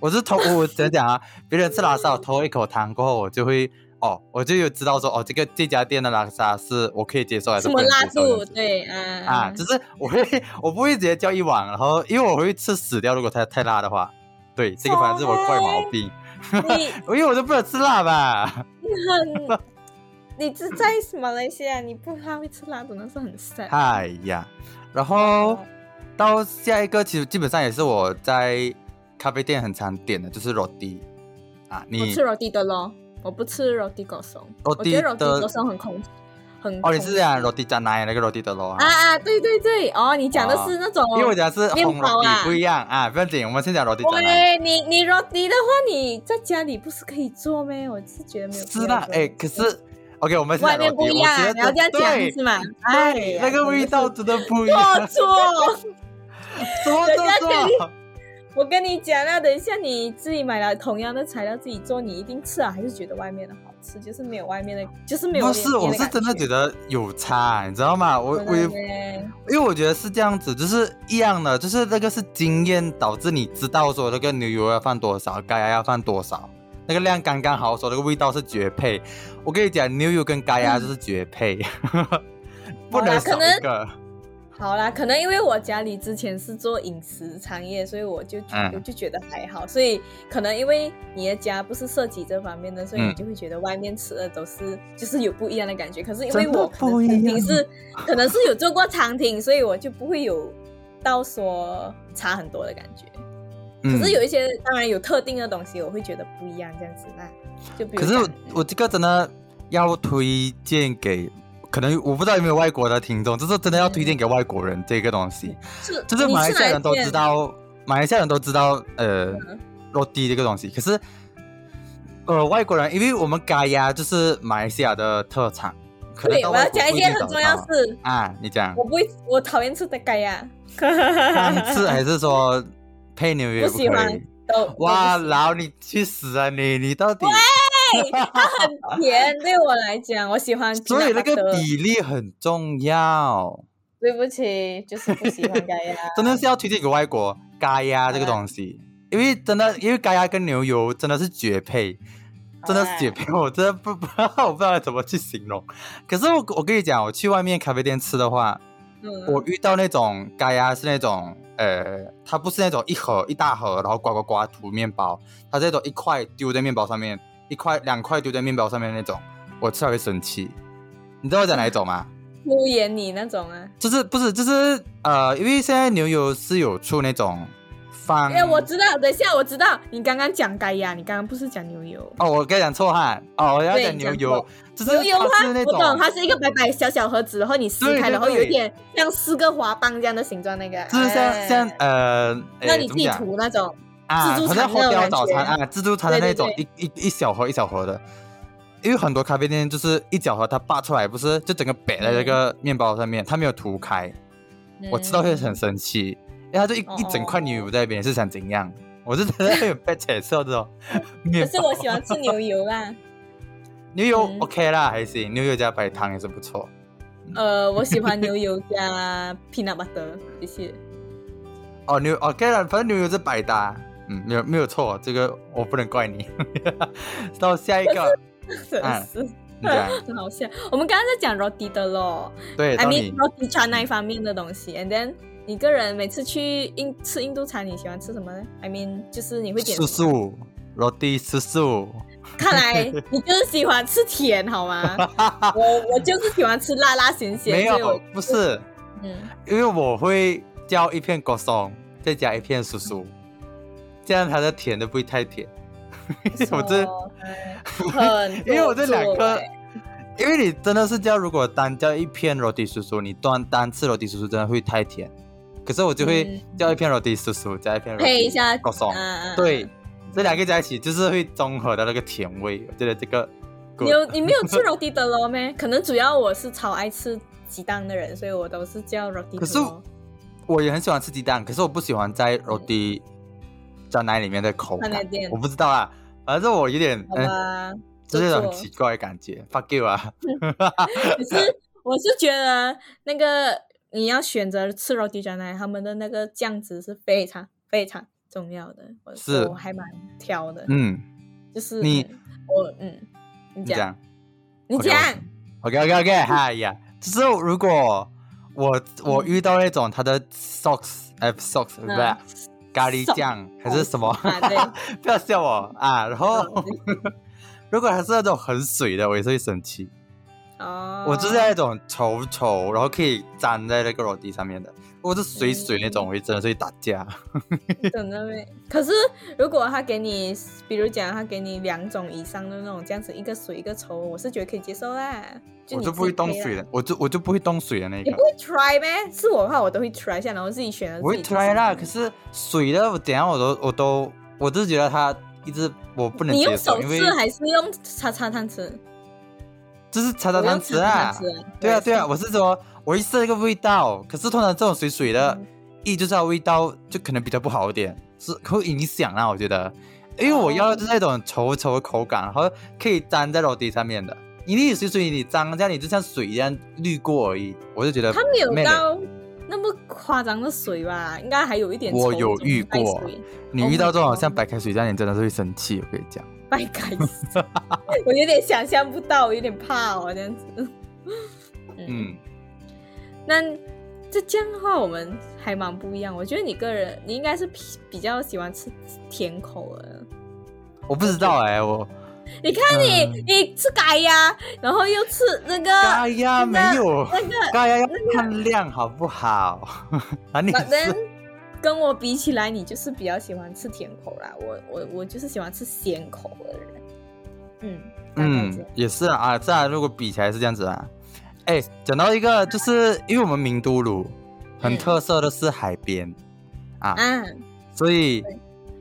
Speaker 1: 我是偷我怎讲啊？别人吃拉沙我偷一口汤过后，我就会哦，我就有知道说哦，这个这家店的拉沙是我可以接受还是
Speaker 2: 什
Speaker 1: 不
Speaker 2: 么
Speaker 1: 能
Speaker 2: 辣
Speaker 1: 接受
Speaker 2: 度
Speaker 1: 的。
Speaker 2: 对啊
Speaker 1: 啊，就是我会，我不会直接叫一碗，然后因为我会吃死掉，如果太太辣的话，对，这个反正是我的怪毛病，
Speaker 2: 你
Speaker 1: 因为我都不能吃辣吧，
Speaker 2: 很，你是在马来西亚，你不太会吃辣，真的是很 sad。
Speaker 1: 哎呀，然后到下一个，其实基本上也是我在咖啡店很常点的，就是 roti 啊，
Speaker 2: 我
Speaker 1: 你
Speaker 2: 吃 roti 的咯，我不吃 roti 狗松，我
Speaker 1: roti
Speaker 2: 觉得 roti
Speaker 1: 的
Speaker 2: 狗松很空，很
Speaker 1: 哦，你是这样
Speaker 2: 空
Speaker 1: roti 加奶那个 roti 的咯啊
Speaker 2: 啊啊，对对对，哦，你讲的是那种，
Speaker 1: 因为我讲的是红
Speaker 2: 面包啊
Speaker 1: roti 不一样啊，不要紧，我们先讲 roti 加奶。
Speaker 2: 喂，你你 roti 的话，你在家里不是可以做咩？我是觉得没有必
Speaker 1: 是
Speaker 2: 要
Speaker 1: 啦，
Speaker 2: 做
Speaker 1: 哎，可是 OK，我们先
Speaker 2: 外
Speaker 1: 讲 roti，
Speaker 2: 面不一样
Speaker 1: 我觉得
Speaker 2: 啊，你要这样
Speaker 1: 对
Speaker 2: 讲是吗？哎
Speaker 1: 对
Speaker 2: 呀，
Speaker 1: 那个味道
Speaker 2: 真
Speaker 1: 真的不一
Speaker 2: 的
Speaker 1: 样，
Speaker 2: 是做错。
Speaker 1: 什么
Speaker 2: 人家肯
Speaker 1: 都做。
Speaker 2: 我跟你讲啊，等一下你自己买了同样的材料自己做，你一定吃啊，还是觉得外面的好吃，就是没有 外面的，就是没有
Speaker 1: 不
Speaker 2: 外
Speaker 1: 是，我
Speaker 2: 面
Speaker 1: 是真的觉
Speaker 2: 的
Speaker 1: 得有差，你知道吗？我
Speaker 2: 感觉
Speaker 1: 我也
Speaker 2: 真的呢
Speaker 1: 因为我觉得是这样子，就是一样的，就是那个是经验导致你知道说那个牛油要放多少，咖牙要放多少，那个量刚刚好，说那个味道是绝配。我跟你讲，牛油跟咖牙就是绝配，不能少一个。
Speaker 2: 好啦，可能因为我家里之前是做饮食产业，所以我就、
Speaker 1: 嗯
Speaker 2: 我就觉得还好，所以可能因为你的家不是涉及这方面的，所以
Speaker 1: 嗯
Speaker 2: 你就会觉得外面吃的都是就是有不一样的感觉。可是因为
Speaker 1: 真的
Speaker 2: 我可
Speaker 1: 不一
Speaker 2: 能
Speaker 1: 样
Speaker 2: 曾经是可能是有做过餐厅，所以我就不会有到说差很多的感觉。
Speaker 1: 嗯
Speaker 2: 可是有一些当然有特定的东西，我会觉得不一样这样子啦。就比如
Speaker 1: 可是我
Speaker 2: 讲
Speaker 1: 我这个真的要推荐给，可能我不知道有没有外国的听众，就是真的要推荐给外国人这个东西，
Speaker 2: 是
Speaker 1: 就是马来西亚人都知，
Speaker 2: 你
Speaker 1: 道，马来西亚人都知道，呃，
Speaker 2: 嗯
Speaker 1: 落地这个东西，可是。呃，外国人，因为我们咖呀就是马来西亚的特产，可
Speaker 2: 吃哪
Speaker 1: 能
Speaker 2: 一间
Speaker 1: 到外
Speaker 2: 对，我要
Speaker 1: 国
Speaker 2: 讲一
Speaker 1: 不
Speaker 2: 件
Speaker 1: 定
Speaker 2: 很
Speaker 1: 找
Speaker 2: 重
Speaker 1: 得
Speaker 2: 要
Speaker 1: 到
Speaker 2: 事，
Speaker 1: 啊，你 讲
Speaker 2: 我不会，我讨厌吃的盖呀，
Speaker 1: 干吃还是说配牛也
Speaker 2: 不喜
Speaker 1: 可
Speaker 2: 欢
Speaker 1: 以？
Speaker 2: 都都不
Speaker 1: 哇，
Speaker 2: 行
Speaker 1: 老你去死啊你！你到底
Speaker 2: 很甜，对我来讲，我喜欢 peanut butter。
Speaker 1: 所以那个比例很重要，
Speaker 2: 对不起，就是不喜欢 盖呀。
Speaker 1: 真的是要推荐给外国咖呀这个东西，因为真的，因为咖呀跟牛油真的是绝配，真的是绝配，我真的不 不知道我不知道怎么去形容。可是我我跟你讲，我去外面咖啡店吃的话，
Speaker 2: 嗯，
Speaker 1: 我遇到那种咖呀是那种呃，它不是那种一盒一大盒，然后呱呱呱涂面包，它是那种一块丢在面包上面，一块两块丢在面包上面的那种，我吃了会生气。你知道我讲哪一种吗？
Speaker 2: 敷衍你那种啊。
Speaker 1: 就是不是就是呃，因为现在牛油是有出那种方，
Speaker 2: 哎，我知道，等一下我知道，你刚刚讲盖呀，你刚刚不是讲牛油？
Speaker 1: 哦，我刚讲错哈，哦，我要
Speaker 2: 对
Speaker 1: 讲
Speaker 2: 你
Speaker 1: 牛
Speaker 2: 讲
Speaker 1: 油
Speaker 2: 错，
Speaker 1: 就是
Speaker 2: 牛油
Speaker 1: 它
Speaker 2: 花，
Speaker 1: 是那
Speaker 2: 我
Speaker 1: 种
Speaker 2: 懂，它是一个白白小小盒子，然后你撕
Speaker 1: 对
Speaker 2: 开，
Speaker 1: 对
Speaker 2: 然后有一
Speaker 1: 对
Speaker 2: 点像四个滑棒这样的形状那个，
Speaker 1: 就是像
Speaker 2: 哎
Speaker 1: 像呃，
Speaker 2: 让
Speaker 1: 哎怎
Speaker 2: 你自
Speaker 1: 么
Speaker 2: 己
Speaker 1: 讲
Speaker 2: 涂那种，
Speaker 1: 啊，
Speaker 2: 自助
Speaker 1: 好像
Speaker 2: 餐
Speaker 1: 红
Speaker 2: 那种
Speaker 1: 标
Speaker 2: 感
Speaker 1: 早
Speaker 2: 觉
Speaker 1: 餐啊，自助餐的
Speaker 2: 对
Speaker 1: 那
Speaker 2: 对
Speaker 1: 种一一一小盒一小盒的，因为很多咖啡店就是一小盒它扒出来不是就整个摆在那
Speaker 2: 嗯
Speaker 1: 个面包上面，它没有涂开，我吃到会很生气，因为它就一
Speaker 2: 哦
Speaker 1: 一整块牛油在那边，是想怎样？我是觉得会有被扯色这种面
Speaker 2: 可
Speaker 1: 包。
Speaker 2: 是我喜欢吃牛油 啊啦，
Speaker 1: 牛油
Speaker 2: 嗯
Speaker 1: OK 啦，还行，牛油加白糖也是不错。
Speaker 2: 呃，我喜欢牛油加 peanut butter，谢谢。
Speaker 1: 哦，牛 OK 啦，反正牛油是百搭，嗯，没有没有错，这个我不能怪你。 到下一个，
Speaker 2: 真
Speaker 1: 啊
Speaker 2: 是
Speaker 1: 你讲，
Speaker 2: 很好笑。我们刚刚在讲 roti 的咯
Speaker 1: 对，
Speaker 2: ，I
Speaker 1: 到
Speaker 2: mean
Speaker 1: 你
Speaker 2: roti 餐那一方面的东西。And then 你个人每次去印吃印度餐，你喜欢吃什么呢？I mean 就是你会点
Speaker 1: 叔叔，罗蒂叔叔，
Speaker 2: 看来你就是喜欢吃甜，好吗？我我就是喜欢吃辣辣咸咸，
Speaker 1: 没
Speaker 2: 所以我
Speaker 1: 有，不是，
Speaker 2: 嗯， 嗯
Speaker 1: 因为我会叫一片果松，再加一片叔叔，这样它的甜都不会太甜。 我这，
Speaker 2: 很，
Speaker 1: 因为我这两个，因为你真的是叫如果单叫一片罗迪叔叔，你单单吃罗迪叔叔真的会太甜。可是我就会叫一片罗迪叔叔，加一片罗
Speaker 2: 嗯配一
Speaker 1: 迪
Speaker 2: 下，
Speaker 1: 高松，
Speaker 2: 啊，
Speaker 1: 对，这两个加一起就是会综合的那个甜味。我觉得这个
Speaker 2: 你有你没有吃 roti 的咯咩？ 可能主要我是超爱吃鸡蛋的人，所以我都是叫 roti
Speaker 1: 可是我也很喜欢吃鸡蛋，可是我不喜欢在 roti 酸奶里面的口
Speaker 2: 酸奶
Speaker 1: 感
Speaker 2: 嗯店，
Speaker 1: 我不知道啊，反正我有点
Speaker 2: 好
Speaker 1: 嗯，
Speaker 2: 吧？
Speaker 1: 就是
Speaker 2: 做
Speaker 1: 那种
Speaker 2: 作
Speaker 1: 奇怪的感觉，fuck you 啊！
Speaker 2: 可是 我是觉得那个你要选择吃 roti 酸奶，他们的那个酱汁是非常非常重要的，我
Speaker 1: 是
Speaker 2: 我还蛮挑的，
Speaker 1: 嗯，
Speaker 2: 就是
Speaker 1: 你
Speaker 2: 我嗯，你
Speaker 1: 你
Speaker 2: 讲
Speaker 1: 讲
Speaker 2: 你
Speaker 1: ，OK，
Speaker 2: 讲，
Speaker 1: OK OK OK，哎呀，就是如果我我
Speaker 2: 嗯
Speaker 1: 遇到那种它的 socks 哎 socks 不是咖喱酱还是什么，
Speaker 2: 啊对
Speaker 1: 不要笑我啊！然后
Speaker 2: 嗯
Speaker 1: 如果它是那种很水的，我也是会生气。
Speaker 2: 哦，
Speaker 1: 我就是那种稠稠，然后可以粘在那个裸地上面的。如果是水水那
Speaker 2: 嗯
Speaker 1: 种，我真的是会打架。
Speaker 2: 等那边。可是如果他给你，比如讲他给你两种以上的那种，这样子一个水一个稠，我是觉得可以接受啦。
Speaker 1: 我
Speaker 2: 你
Speaker 1: 就不会
Speaker 2: 自己啊配
Speaker 1: 动
Speaker 2: 啦
Speaker 1: 水。的，我就我就不会动水的那
Speaker 2: 你
Speaker 1: 个
Speaker 2: 不。会 try 呗？是我的话，我都会 try 一下，然后自己选择。
Speaker 1: 我会
Speaker 2: 自己做
Speaker 1: try 啦，
Speaker 2: 自
Speaker 1: 可
Speaker 2: 己
Speaker 1: 是水的，我等一下我都我都我就觉得它一直我不能
Speaker 2: 你
Speaker 1: 接
Speaker 2: 用
Speaker 1: 受，
Speaker 2: 手
Speaker 1: 因为
Speaker 2: 吃还是用叉叉汤匙？
Speaker 1: 就是擦
Speaker 2: 我
Speaker 1: 擦
Speaker 2: 用
Speaker 1: 汤匙啊
Speaker 2: 叉叉。汤匙
Speaker 1: 对啊对啊，
Speaker 2: 也是
Speaker 1: 我是说我会试那个味道，可是通常这种水水的
Speaker 2: 嗯，
Speaker 1: 一就是它味道就可能比较不好一点，是会影响啊啦，我觉得。因为我要的就是那种稠稠的口感，然后可以粘在肉底上面的。因为水水你粘这样，你就像水一样滤过而已，我就觉得
Speaker 2: 它没有
Speaker 1: 妹妹
Speaker 2: 到那么夸张的水吧？应该还有一点稠。
Speaker 1: 我有遇
Speaker 2: 白
Speaker 1: 过
Speaker 2: 水
Speaker 1: 你
Speaker 2: Oh
Speaker 1: 遇到
Speaker 2: my
Speaker 1: 这种
Speaker 2: God
Speaker 1: 像白开水这样，你真的是会生气。我跟你讲，
Speaker 2: 白开水， 我有点想象不到，我有点怕哦，这样子。嗯
Speaker 1: 嗯，
Speaker 2: 那这这样的话，我们还蛮不一样。我觉得你个人，你应该是比比较喜欢吃甜口的。
Speaker 1: 我不知道哎、我
Speaker 2: 你看你，
Speaker 1: 嗯
Speaker 2: 你吃咖呀，然后又吃那
Speaker 1: 嘎
Speaker 2: 个
Speaker 1: 呀没有，
Speaker 2: 那个
Speaker 1: 嘎呀要看量好不好？啊，你
Speaker 2: 反正
Speaker 1: 是
Speaker 2: 跟我比起来，你就是比较喜欢吃甜口啦。我我我就是喜欢吃咸口的人。嗯
Speaker 1: 嗯，，也是啊，啊，这样如果比起来是这样子啊。哎，讲到一个，就是因为我们明都鲁很
Speaker 2: 嗯
Speaker 1: 特色的是海边啊，
Speaker 2: 嗯、啊，
Speaker 1: 所以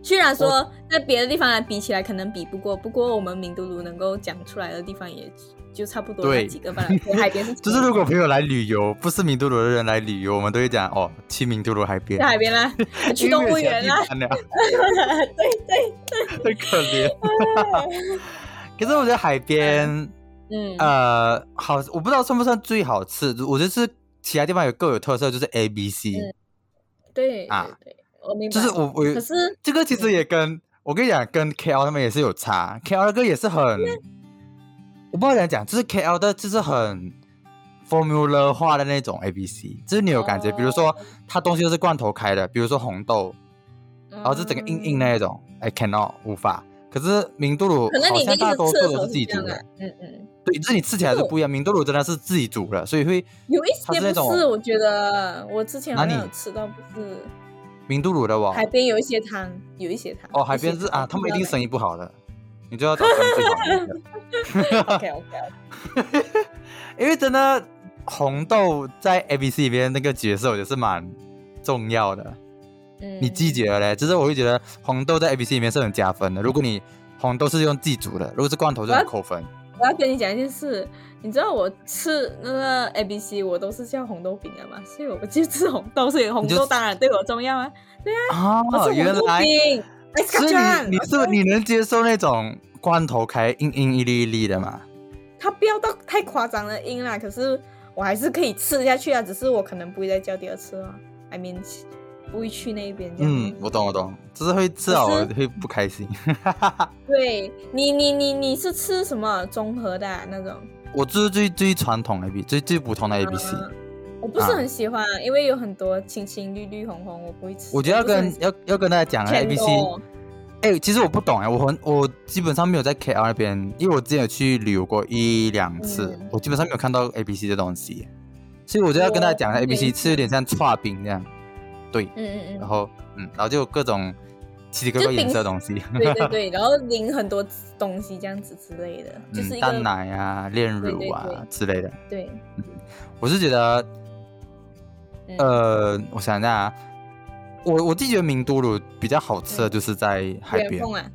Speaker 2: 虽然说在别的地方来比起来可能比不过，不过我们明都卢能够讲出来的地方也就差不多
Speaker 1: 对
Speaker 2: 那几个吧。对海 边是
Speaker 1: 就是如果朋友来旅游，不是明都鲁的人来旅游，我们都会讲哦，去明都鲁海边
Speaker 2: 在，海边 啦，去动物园啦
Speaker 1: 因为没有其他。地方了
Speaker 2: 对对，
Speaker 1: 很可怜。可是我觉得海边，
Speaker 2: 嗯，
Speaker 1: 呃，好，我不知道算不算最好吃，我觉得是其他地方有各有特色，就是 A、B、C，
Speaker 2: 嗯对
Speaker 1: 啊
Speaker 2: 对对，我明白。
Speaker 1: 就是我我
Speaker 2: 可是
Speaker 1: 这个其实也跟我跟你讲，跟 KL 他们也是有差，KL 那个也是很，
Speaker 2: 嗯
Speaker 1: 我不知道怎样讲，就是 KL 的就是很 formula 化的那种 A B C，就是你有感觉，
Speaker 2: 哦
Speaker 1: 比如说它东西都是罐头开的，比如说红豆，
Speaker 2: 然
Speaker 1: 然后是整个硬硬那一种，哎、cannot 无法。可是明都鲁
Speaker 2: 嗯可能
Speaker 1: 好
Speaker 2: 你第
Speaker 1: 像
Speaker 2: 一
Speaker 1: 大
Speaker 2: 次
Speaker 1: 多
Speaker 2: 吃的
Speaker 1: 数
Speaker 2: 时
Speaker 1: 都
Speaker 2: 候
Speaker 1: 是自啊己
Speaker 2: 这
Speaker 1: 煮
Speaker 2: 样哦
Speaker 1: 的
Speaker 2: 的，，嗯嗯，
Speaker 1: 对，就是你吃起来是不一样。明都鲁真的是自己煮的，所以会
Speaker 2: 有一
Speaker 1: 它
Speaker 2: 些
Speaker 1: 是那种
Speaker 2: 不是，我觉得我之前好像
Speaker 1: 哪
Speaker 2: 有
Speaker 1: 里
Speaker 2: 吃到，不是
Speaker 1: 明都鲁的哇
Speaker 2: 海，边有一些汤，有一些汤。
Speaker 1: 哦，海边是啊，他们一定生意不好的，你就要找他们最好的。
Speaker 2: OK OK，
Speaker 1: 因为真的红豆在 A B C 里边那个角色，我觉得是蛮重要的。
Speaker 2: 嗯，
Speaker 1: 你季节了嘞，就是我会觉得红豆在 A B C 里面是很加分的。如果你红豆是用自己煮的，如果是罐头就很扣分。
Speaker 2: 我要跟你讲一件事，你知道我吃那个 A B C，我都是叫红豆饼的嘛，所以我就吃红豆，所以红
Speaker 1: 你就
Speaker 2: 豆当然对我重要啊。
Speaker 1: 啊
Speaker 2: 我，吃
Speaker 1: 原
Speaker 2: 红豆
Speaker 1: 来，
Speaker 2: 饼，哎，
Speaker 1: 所以你你是你能接受那种罐头开硬硬一粒一粒的吗？
Speaker 2: 它不要到太夸张的硬啦，可是我还是可以吃下去啊，只是我可能不会再叫第二次了，I mean 不会去那边这样。
Speaker 1: 嗯，我懂我懂，就是会吃了我
Speaker 2: 可
Speaker 1: 会不开心。
Speaker 2: 对你你你你是吃什么综合的啊、那种？
Speaker 1: 我就是最最传统的 A B 最最普通的 A B C，、
Speaker 2: 我不是很喜欢，因为有很多青青绿绿红红，我不会吃。
Speaker 1: 我觉得要
Speaker 2: 不是很
Speaker 1: 跟要要跟大家讲啊 A
Speaker 2: 甜
Speaker 1: B C。
Speaker 2: 哦
Speaker 1: 哎、其实我不懂哎、我很我基本上没有在 KL 那边，因为我之前有去旅游过一两次，
Speaker 2: 嗯
Speaker 1: 我基本上没有看到 A B C 的东西，所以我就要跟大家讲啊
Speaker 2: 我
Speaker 1: ，A B
Speaker 2: 没
Speaker 1: C 吃有点像串冰这样，对，
Speaker 2: 嗯嗯嗯
Speaker 1: 然。后嗯，然后就有各种奇奇怪怪颜色的东西，
Speaker 2: 嗯对对对，然后淋很多东西这样子之类的， 就是
Speaker 1: 嗯，
Speaker 2: 一
Speaker 1: 蛋
Speaker 2: 个
Speaker 1: 奶啊、炼
Speaker 2: 对对
Speaker 1: 乳啊
Speaker 2: 对
Speaker 1: 之类的。
Speaker 2: 对，
Speaker 1: 我是觉得，
Speaker 2: 嗯
Speaker 1: 呃，我想一下、啊，我我自己觉得明都鲁比较好吃的
Speaker 2: 嗯
Speaker 1: 就是在海
Speaker 2: 圆
Speaker 1: 边。
Speaker 2: 凤啊，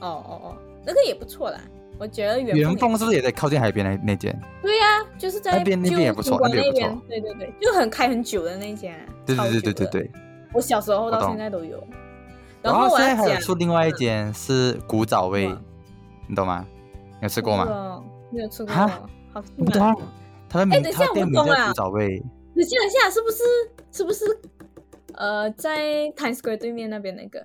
Speaker 2: 哦哦哦，那个也不错啦，我觉得圆
Speaker 1: 元
Speaker 2: 凤
Speaker 1: 丰是不是也在靠近海边那那间？
Speaker 2: 对呀、就是在
Speaker 1: 那边那
Speaker 2: 就
Speaker 1: 边也不错
Speaker 2: 中国
Speaker 1: 那边也不错
Speaker 2: 对对对，就很开很久的那家，
Speaker 1: 对对对对对
Speaker 2: 超久的，
Speaker 1: 对。
Speaker 2: 我小时候
Speaker 1: 我
Speaker 2: 到
Speaker 1: 懂
Speaker 2: 现在都有。
Speaker 1: 然
Speaker 2: 后
Speaker 1: 后
Speaker 2: 我
Speaker 1: 现
Speaker 2: 要
Speaker 1: 在还有
Speaker 2: 讲，
Speaker 1: 出另外一间是古早味
Speaker 2: 哇，
Speaker 1: 你懂吗？你有吃过吗？
Speaker 2: 吗？没有吃过
Speaker 1: 哈，
Speaker 2: 好吃
Speaker 1: 你不
Speaker 2: 吗
Speaker 1: 懂？啊它的名，
Speaker 2: 等一下
Speaker 1: 它的店名
Speaker 2: 我懂
Speaker 1: 叫
Speaker 2: 了
Speaker 1: 古早味。
Speaker 2: 你想一下，是不是是不是呃，在 Times Square 对面那边那个？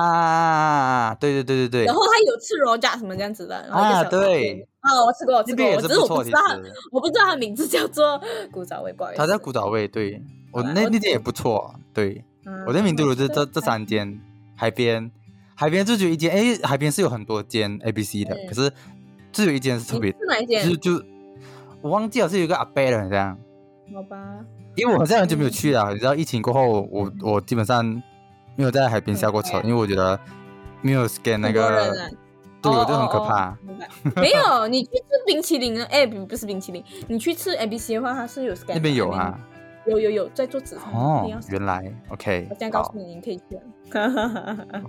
Speaker 1: 啊，对对对对对
Speaker 2: 然，后还有吃 Roja 什么这样子的，然后一个
Speaker 1: 啊
Speaker 2: 小
Speaker 1: 对，
Speaker 2: 啊，我吃过，我吃
Speaker 1: 这
Speaker 2: 过，
Speaker 1: 边也
Speaker 2: 我
Speaker 1: 是
Speaker 2: 只是我
Speaker 1: 不
Speaker 2: 不
Speaker 1: 错，
Speaker 2: 知
Speaker 1: 其
Speaker 2: 道，
Speaker 1: 实
Speaker 2: 我不知道它名字叫做古早味，不好意思。
Speaker 1: 它叫古早味，对我
Speaker 2: 好吧
Speaker 1: 那
Speaker 2: 我
Speaker 1: 那间也不错，对
Speaker 2: 啊，
Speaker 1: 我在明都
Speaker 2: 我
Speaker 1: 有
Speaker 2: 知
Speaker 1: 这
Speaker 2: 道
Speaker 1: 这这
Speaker 2: 它
Speaker 1: 三间，海边，海边就只有一间，哎，海边是有很多间 A B C 的，
Speaker 2: 嗯
Speaker 1: 可是就有一间是特
Speaker 2: 你
Speaker 1: 别，
Speaker 2: 是哪一
Speaker 1: 就是
Speaker 2: 间？
Speaker 1: 就我忘记了是有一个阿伯的，好像，
Speaker 2: 好吧，
Speaker 1: 因为我好像很久没有
Speaker 2: 嗯
Speaker 1: 去了，你知道疫情过后，我我基本上没有在海边下过车，因为我觉得没有 scan 那
Speaker 2: 嗯很多人
Speaker 1: 个
Speaker 2: 啊，
Speaker 1: 对，
Speaker 2: 哦
Speaker 1: 我就很可怕。。
Speaker 2: 哦哦明白 没有，你去吃冰淇淋啊？哎，不不是冰淇淋，你去吃 ABC 的话，它是有 scan 的
Speaker 1: 那边有
Speaker 2: 面
Speaker 1: 啊，
Speaker 2: 有有有，在桌子上一
Speaker 1: 哦
Speaker 2: 定要，scan。
Speaker 1: 原来 OK，
Speaker 2: 我现在告
Speaker 1: 好
Speaker 2: 诉，你，你可以去了。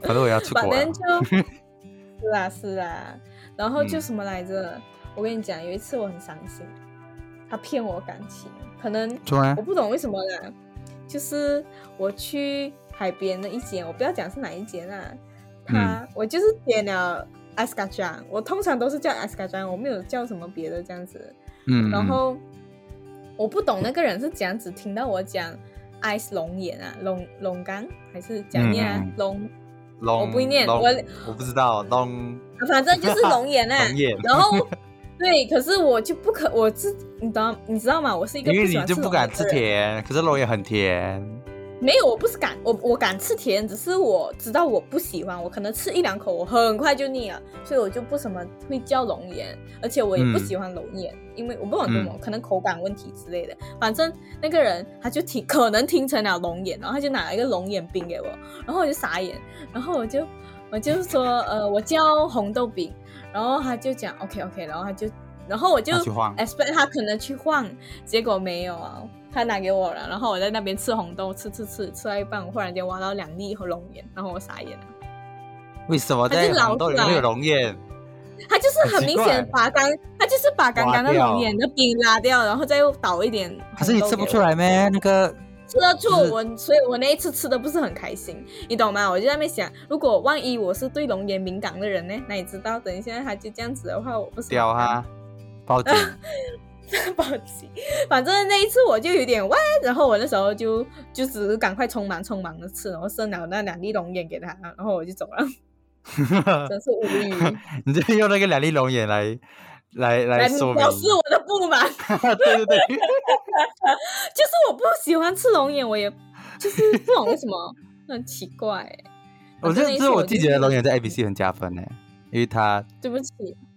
Speaker 1: 反正我也哦要出
Speaker 2: 反
Speaker 1: 国啊了
Speaker 2: 正。就 是啦是啦，然后就
Speaker 1: 嗯
Speaker 2: 什么来着？我跟你讲，有一次我很伤心，他骗我感情，可能
Speaker 1: 突然
Speaker 2: 我不懂为什么啦，就是我去海边的一间，我不要讲是哪一间啦，
Speaker 1: 嗯
Speaker 2: 他、我就是点了 a s k a j a n 我通常都是叫 a s k a j a n 我没有叫什么别的这样子，
Speaker 1: 嗯，
Speaker 2: 然后我不懂那个人是怎样子听到我讲 ice 龙眼啊，龙龙岗还是讲念啊
Speaker 1: 嗯嗯嗯
Speaker 2: 龙。
Speaker 1: 龙，
Speaker 2: 我不念
Speaker 1: 龙
Speaker 2: 我
Speaker 1: 我不知道龙，
Speaker 2: 啊反正就是龙眼啊
Speaker 1: 龙眼
Speaker 2: 然后对，可是我就不可，我自你懂你知道吗？我是一个
Speaker 1: 因为
Speaker 2: 喜
Speaker 1: 你
Speaker 2: 欢
Speaker 1: 就
Speaker 2: 吃
Speaker 1: 不
Speaker 2: 龙
Speaker 1: 敢
Speaker 2: 眼的
Speaker 1: 吃
Speaker 2: 人，
Speaker 1: 甜，可是龙也很甜。
Speaker 2: 没有，我不是敢，我我敢吃甜，只是我知道我不喜欢，我可能吃一两口，我很快就腻了，所以我就不什么会叫龙眼，而且我也不
Speaker 1: 嗯
Speaker 2: 喜欢龙眼，因为我不懂为什么，可能口感问题之类的。反正那个人他就听，可能听成了龙眼，然后他就拿了一个龙眼饼给我，然后我就傻眼，然后我就我就说呃我叫红豆饼，然后他就讲 OK OK，然后他就然后我就
Speaker 1: 他去晃
Speaker 2: expect 他可能去晃，结果没有啊，他拿给我了，然后我在那边吃红豆，吃吃吃吃到一半，我忽然间挖到两粒龙眼，然后我傻眼了，
Speaker 1: 为什么
Speaker 2: 它就
Speaker 1: 在
Speaker 2: 老
Speaker 1: 红豆里
Speaker 2: 出来
Speaker 1: 面有龙眼？
Speaker 2: 他就是很
Speaker 1: 很奇
Speaker 2: 明显
Speaker 1: 怪
Speaker 2: 把刚他就是把刚刚的
Speaker 1: 挖掉
Speaker 2: 龙眼的饼拉掉，然后再又倒一点，
Speaker 1: 可是你吃不出。来咩？那个
Speaker 2: 吃得出
Speaker 1: 就是
Speaker 2: 我，所以我那一次吃的不是很开心，你懂吗？我就在那边想，如果万一我是对龙眼敏感的人呢？那你知道，等一下他就这样子的话，我不是
Speaker 1: 屌哈，啊报警！
Speaker 2: 报警。反正那一次我就有点歪，然后我那时候就就只是赶快匆忙匆忙的吃，然后剩了那两粒龙眼给他，然后我就走 了，真是无语，
Speaker 1: 你就用那个两粒龙眼来来来
Speaker 2: 来
Speaker 1: 说明
Speaker 2: 表，示我的不满。
Speaker 1: 对对对，
Speaker 2: 就是我不喜欢吃龙眼，我也就是不懂为什么，很奇怪、欸
Speaker 1: 我觉
Speaker 2: 那
Speaker 1: 得
Speaker 2: 一
Speaker 1: 这
Speaker 2: 次
Speaker 1: 是我
Speaker 2: 我
Speaker 1: 自
Speaker 2: 就
Speaker 1: 己觉得
Speaker 2: 是
Speaker 1: 龙眼在 A B C 很加分呢，因为它
Speaker 2: 对不起，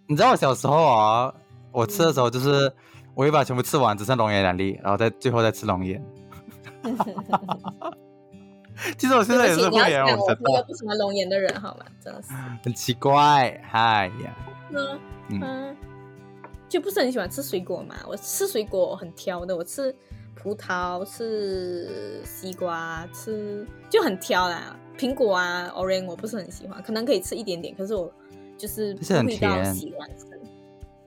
Speaker 1: 你知道我小时候哦，我吃的时候就是我会把全部吃完，只剩龙眼两粒，然后再最后再吃龙 眼。 其实我现在
Speaker 2: 对
Speaker 1: 也
Speaker 2: 不
Speaker 1: 是
Speaker 2: 起，你要
Speaker 1: 会啊，
Speaker 2: 讲我
Speaker 1: 我
Speaker 2: 是
Speaker 1: 知
Speaker 2: 一个
Speaker 1: 道，
Speaker 2: 不喜欢龙眼的人，好吗？真的是，
Speaker 1: 很奇怪。哎呀，
Speaker 2: 嗯
Speaker 1: 嗯
Speaker 2: 嗯，就不是很喜欢吃水果嘛。我吃水果很挑的，我吃葡萄、吃西瓜、吃就很挑啦。苹果啊，orange 我不是很喜欢，可能可以吃一点点，可是我就是
Speaker 1: 就是很
Speaker 2: 不会到
Speaker 1: 甜
Speaker 2: 喜欢吃。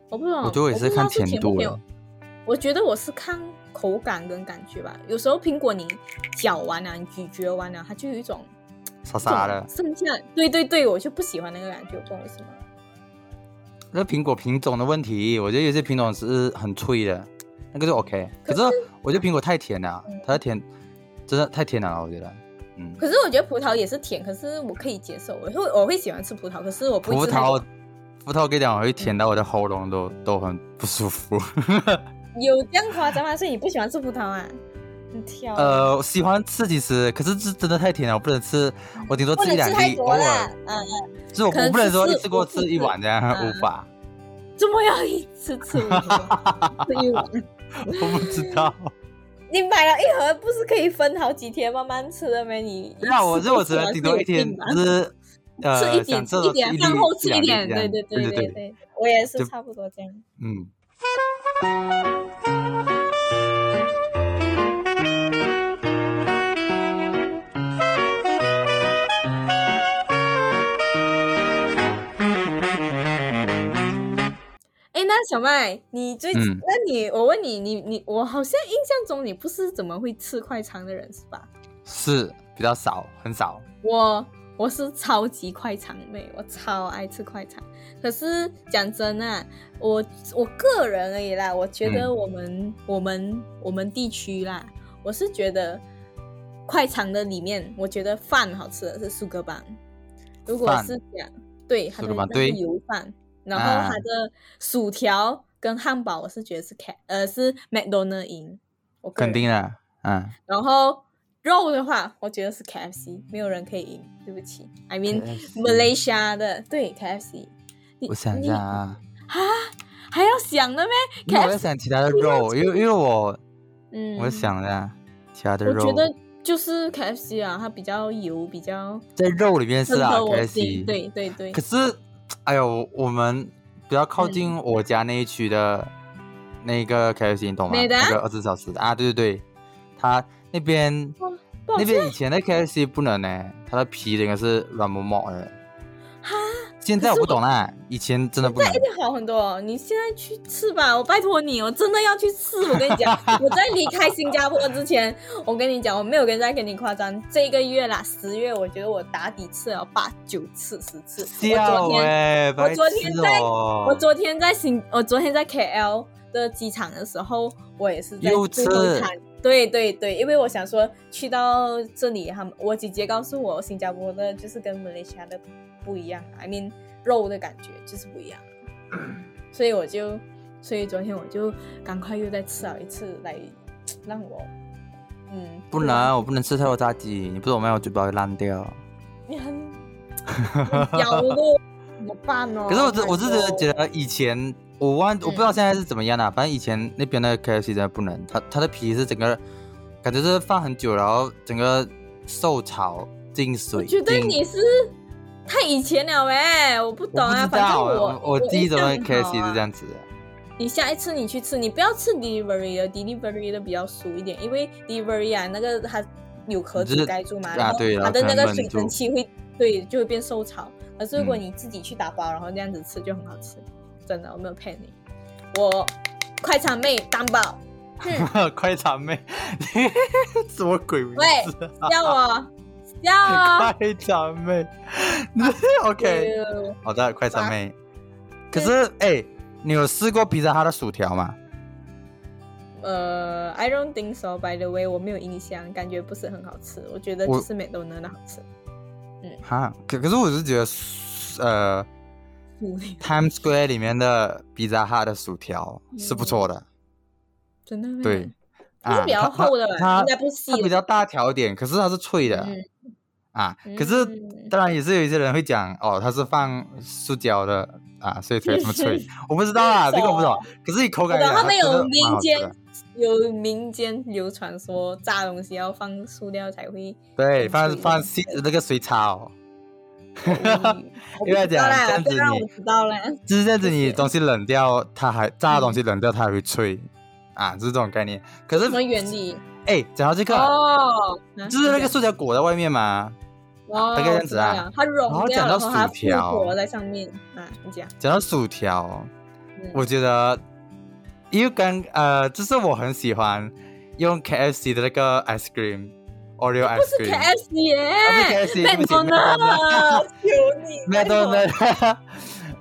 Speaker 2: 我不懂，
Speaker 1: 我觉得我也是
Speaker 2: 不知道
Speaker 1: 看甜
Speaker 2: 甜
Speaker 1: 度
Speaker 2: 或没
Speaker 1: 欸
Speaker 2: 有我觉得我是看口感跟感觉吧。有时候苹果你嚼完啊，你咀嚼完啊，它就有一种
Speaker 1: 傻傻的。
Speaker 2: 剩下对对对，我就不喜欢那个感觉，我不懂为什么。
Speaker 1: 那苹果品种的问题，我觉得有些品种是很脆的，那个就 OK。可
Speaker 2: 可
Speaker 1: 是我觉得苹果太甜了
Speaker 2: 嗯，
Speaker 1: 它甜真的太甜了，我觉得。嗯，
Speaker 2: 可是我觉得葡萄也是甜，可是我可以接受，我会我会喜欢吃葡萄，可是我不会
Speaker 1: 葡
Speaker 2: 吃那种
Speaker 1: 萄，葡萄跟你讲，我会甜到我的喉咙都都很不舒服。
Speaker 2: 哦有这样夸张吗？所以你不喜欢吃葡萄啊？你挑
Speaker 1: 呃，我喜欢吃其实，可是这真的太甜了，我不能吃，我顶多
Speaker 2: 不
Speaker 1: 吃一
Speaker 2: 能
Speaker 1: 两
Speaker 2: 吃太
Speaker 1: 粒，偶
Speaker 2: 多
Speaker 1: 尔
Speaker 2: 啦，，嗯，
Speaker 1: 就是我
Speaker 2: 可能
Speaker 1: 我不能说
Speaker 2: 吃
Speaker 1: 一
Speaker 2: 四
Speaker 1: 次过吃一碗这样，
Speaker 2: 嗯
Speaker 1: 无法，
Speaker 2: 怎么要一次吃五个？吃一碗？
Speaker 1: 我不知道。
Speaker 2: 你买了一盒，不是可以分好几天慢慢吃的吗？你
Speaker 1: 对啊，我
Speaker 2: 是
Speaker 1: 是我只能顶多一天，就是
Speaker 2: 吃一
Speaker 1: 呃想
Speaker 2: 点吃
Speaker 1: 吃
Speaker 2: 一
Speaker 1: 的
Speaker 2: 点，
Speaker 1: 粒
Speaker 2: 饭后吃
Speaker 1: 一
Speaker 2: 一点，
Speaker 1: 两粒
Speaker 2: 对
Speaker 1: 这
Speaker 2: 对
Speaker 1: 样对对，
Speaker 2: 对对，我也是
Speaker 1: 就
Speaker 2: 差不多这样。
Speaker 1: 嗯。
Speaker 2: 哎，那小麦，你最、
Speaker 1: 嗯
Speaker 2: 那你我问你，你你我好像印象中你不是怎么会吃快餐的人是吧？
Speaker 1: 是比较少，很少。
Speaker 2: 我我是超级快餐妹，我超爱吃快餐。可是讲真啊，我我个人而已啦，我觉得
Speaker 1: 嗯
Speaker 2: 我们、我们我们地区啦，我是觉得快餐的里面，我觉得饭好吃的是苏格邦。如果
Speaker 1: 饭
Speaker 2: 是讲对它的
Speaker 1: 苏格邦
Speaker 2: 那个
Speaker 1: 对
Speaker 2: 油饭，然后
Speaker 1: 啊
Speaker 2: 它的薯条跟汉堡，我是觉得是 K 呃是 McDonald 赢，我个人
Speaker 1: 肯定的，嗯，
Speaker 2: 然后肉的话，我觉得是 KFC，没有人可以赢，对不起。I mean
Speaker 1: KFC
Speaker 2: Malaysia 的，对 KFC。你
Speaker 1: 哎我想一下啊，
Speaker 2: 啊，还要想的咩？
Speaker 1: 因为我
Speaker 2: KFC
Speaker 1: 在想其他的 肉，因为因为我
Speaker 2: 嗯，
Speaker 1: 我，想一下其他的
Speaker 2: 我
Speaker 1: 肉
Speaker 2: 觉，得就是 KFC 啊，它比较油，比较
Speaker 1: 在肉里面是
Speaker 2: 适
Speaker 1: 啊
Speaker 2: 合我
Speaker 1: ，K
Speaker 2: 心。
Speaker 1: C，
Speaker 2: 对对对
Speaker 1: 可，是，哎呦，我们比较靠近
Speaker 2: 嗯
Speaker 1: 我家那一区的那个 K C，你懂吗？
Speaker 2: 美的
Speaker 1: 那个二十四小时的啊，对对对，它那边
Speaker 2: 哇不好
Speaker 1: 那
Speaker 2: 吃
Speaker 1: 边以前的 K C 不能呢，它的皮整个是软磨磨的，
Speaker 2: 哈，
Speaker 1: 现在
Speaker 2: 可
Speaker 1: 我
Speaker 2: 是
Speaker 1: 不懂啦，以前真的不能
Speaker 2: 一。定好很多哦。你现在去吃吧，我拜托你，我真的要去吃。我跟你讲，我在离开新加坡之前，我跟你讲，我没有跟在跟你夸张，这个月啦，十月，我觉得我打底吃了八九次、十次。我
Speaker 1: 笑
Speaker 2: 昨天，
Speaker 1: 哎、白
Speaker 2: 我昨天
Speaker 1: 痴
Speaker 2: 在
Speaker 1: 哦
Speaker 2: 我昨天在新，我昨天在 KL 的机场的时候，我也是在
Speaker 1: 又
Speaker 2: 最后一
Speaker 1: 吃
Speaker 2: 餐。对对对，因为我想说去到这里，他们我姐姐告诉我，新加坡的就是跟马来西亚的不一样，I mean 肉的感觉就是不一样，所以我就，所以昨天我就赶快又再吃了一次来让我，嗯，
Speaker 1: 不能，我不能吃太多炸鸡，你不懂吗？我嘴巴会烂
Speaker 2: 哦
Speaker 1: 掉。
Speaker 2: 你很嗯很 焦虑，怎么办哦？
Speaker 1: 可是我真我是
Speaker 2: 真
Speaker 1: 真的觉得以前我忘我不知道现在是怎么样啦、反正以前那边的 KFC 真的不能，它它的皮是整个感觉是放很久，然后整个受潮进水。
Speaker 2: 我觉得
Speaker 1: 进
Speaker 2: 你是太以前了哎、我不懂
Speaker 1: 我不
Speaker 2: 啊，
Speaker 1: 知
Speaker 2: 反正
Speaker 1: 道，
Speaker 2: 我
Speaker 1: 我第一
Speaker 2: 印
Speaker 1: 种
Speaker 2: 象
Speaker 1: 的
Speaker 2: 很
Speaker 1: KFC
Speaker 2: 好啊
Speaker 1: 是这样子的。
Speaker 2: 你下一次你去吃，你不要吃 delivery 的，delivery 的比较熟一点，因为 delivery 啊那个它有壳
Speaker 1: 就
Speaker 2: 子
Speaker 1: 是
Speaker 2: 盖住嘛，
Speaker 1: 啊
Speaker 2: 然后
Speaker 1: 对
Speaker 2: 它的
Speaker 1: 然
Speaker 2: 那
Speaker 1: 后可能
Speaker 2: 个
Speaker 1: 闷
Speaker 2: 水蒸
Speaker 1: 住
Speaker 2: 气会对就会变受潮。可是如果
Speaker 1: 嗯
Speaker 2: 你自己去打包，然后这样子吃就很好吃，真的我没有骗你，我快餐妹担保。
Speaker 1: 快餐妹， 什么鬼名
Speaker 2: 喂
Speaker 1: 字啊？
Speaker 2: 笑我，笑 我。
Speaker 1: 快餐妹
Speaker 2: 啊
Speaker 1: ，OK。
Speaker 2: Ew
Speaker 1: 好的，快餐妹。可是，哎、你有试过披萨哈的薯条吗？
Speaker 2: 呃，I don't think so. By the way，我没有印象，感觉不是很好吃。我觉得就
Speaker 1: 我
Speaker 2: 是 McDonald 的好吃。
Speaker 1: 哈，可可是我是觉得，呃，Times Square 里面的披萨哈的薯条
Speaker 2: 嗯
Speaker 1: 是不错的，
Speaker 2: 真的 吗？
Speaker 1: 对，啊
Speaker 2: 它是比较
Speaker 1: 它它
Speaker 2: 厚的吧，
Speaker 1: 它
Speaker 2: 应该不细
Speaker 1: 它比
Speaker 2: 的。
Speaker 1: 较大条一点，可是它是脆的、
Speaker 2: 嗯
Speaker 1: 啊。可是、
Speaker 2: 嗯
Speaker 1: 当然也是有一些人会讲，哦，它是放塑胶的啊，所以才这么脆。我不知道啊，
Speaker 2: 是哦
Speaker 1: 这个我不懂。可是你口
Speaker 2: 嗯我
Speaker 1: 感
Speaker 2: 懂，
Speaker 1: 来
Speaker 2: 他
Speaker 1: 讲，
Speaker 2: 们
Speaker 1: 它真
Speaker 2: 有
Speaker 1: 的蛮
Speaker 2: 民
Speaker 1: 好吃
Speaker 2: 间
Speaker 1: 的。
Speaker 2: 有民间流传说炸东西要放塑料才会
Speaker 1: 对，放
Speaker 2: 很
Speaker 1: 放
Speaker 2: 脆
Speaker 1: 细那个水草。
Speaker 2: 我不
Speaker 1: 因为
Speaker 2: 知道
Speaker 1: 讲这样
Speaker 2: 啦，不
Speaker 1: 子
Speaker 2: 要让
Speaker 1: 你
Speaker 2: 我知道啦。
Speaker 1: 就是这样子，
Speaker 2: 谢谢
Speaker 1: 你东西冷掉，它还炸的东西冷掉，它还会脆啊，就是这种概念。可是
Speaker 2: 什么原？理？
Speaker 1: 哎，讲到这个，
Speaker 2: 哦，啊
Speaker 1: 就是那个
Speaker 2: 你
Speaker 1: 塑胶裹在外面嘛。
Speaker 2: 讲哦，
Speaker 1: 大概这样子啊
Speaker 2: 我知道了。它
Speaker 1: 然
Speaker 2: 融
Speaker 1: 后
Speaker 2: 掉
Speaker 1: 讲
Speaker 2: 了，
Speaker 1: 到
Speaker 2: 然后它
Speaker 1: 薯条
Speaker 2: 复活在上面啊。你讲，
Speaker 1: 讲到薯条，
Speaker 2: 嗯
Speaker 1: 我觉得，因为刚呃，就是我很喜欢用 KFC 的那个 ice cream Oreo
Speaker 2: 不
Speaker 1: ice
Speaker 2: 是
Speaker 1: cream，
Speaker 2: KFC 耶
Speaker 1: 啊不是 KFC，对不起
Speaker 2: ，McDonald，求你
Speaker 1: 麦当
Speaker 2: 拜
Speaker 1: 劳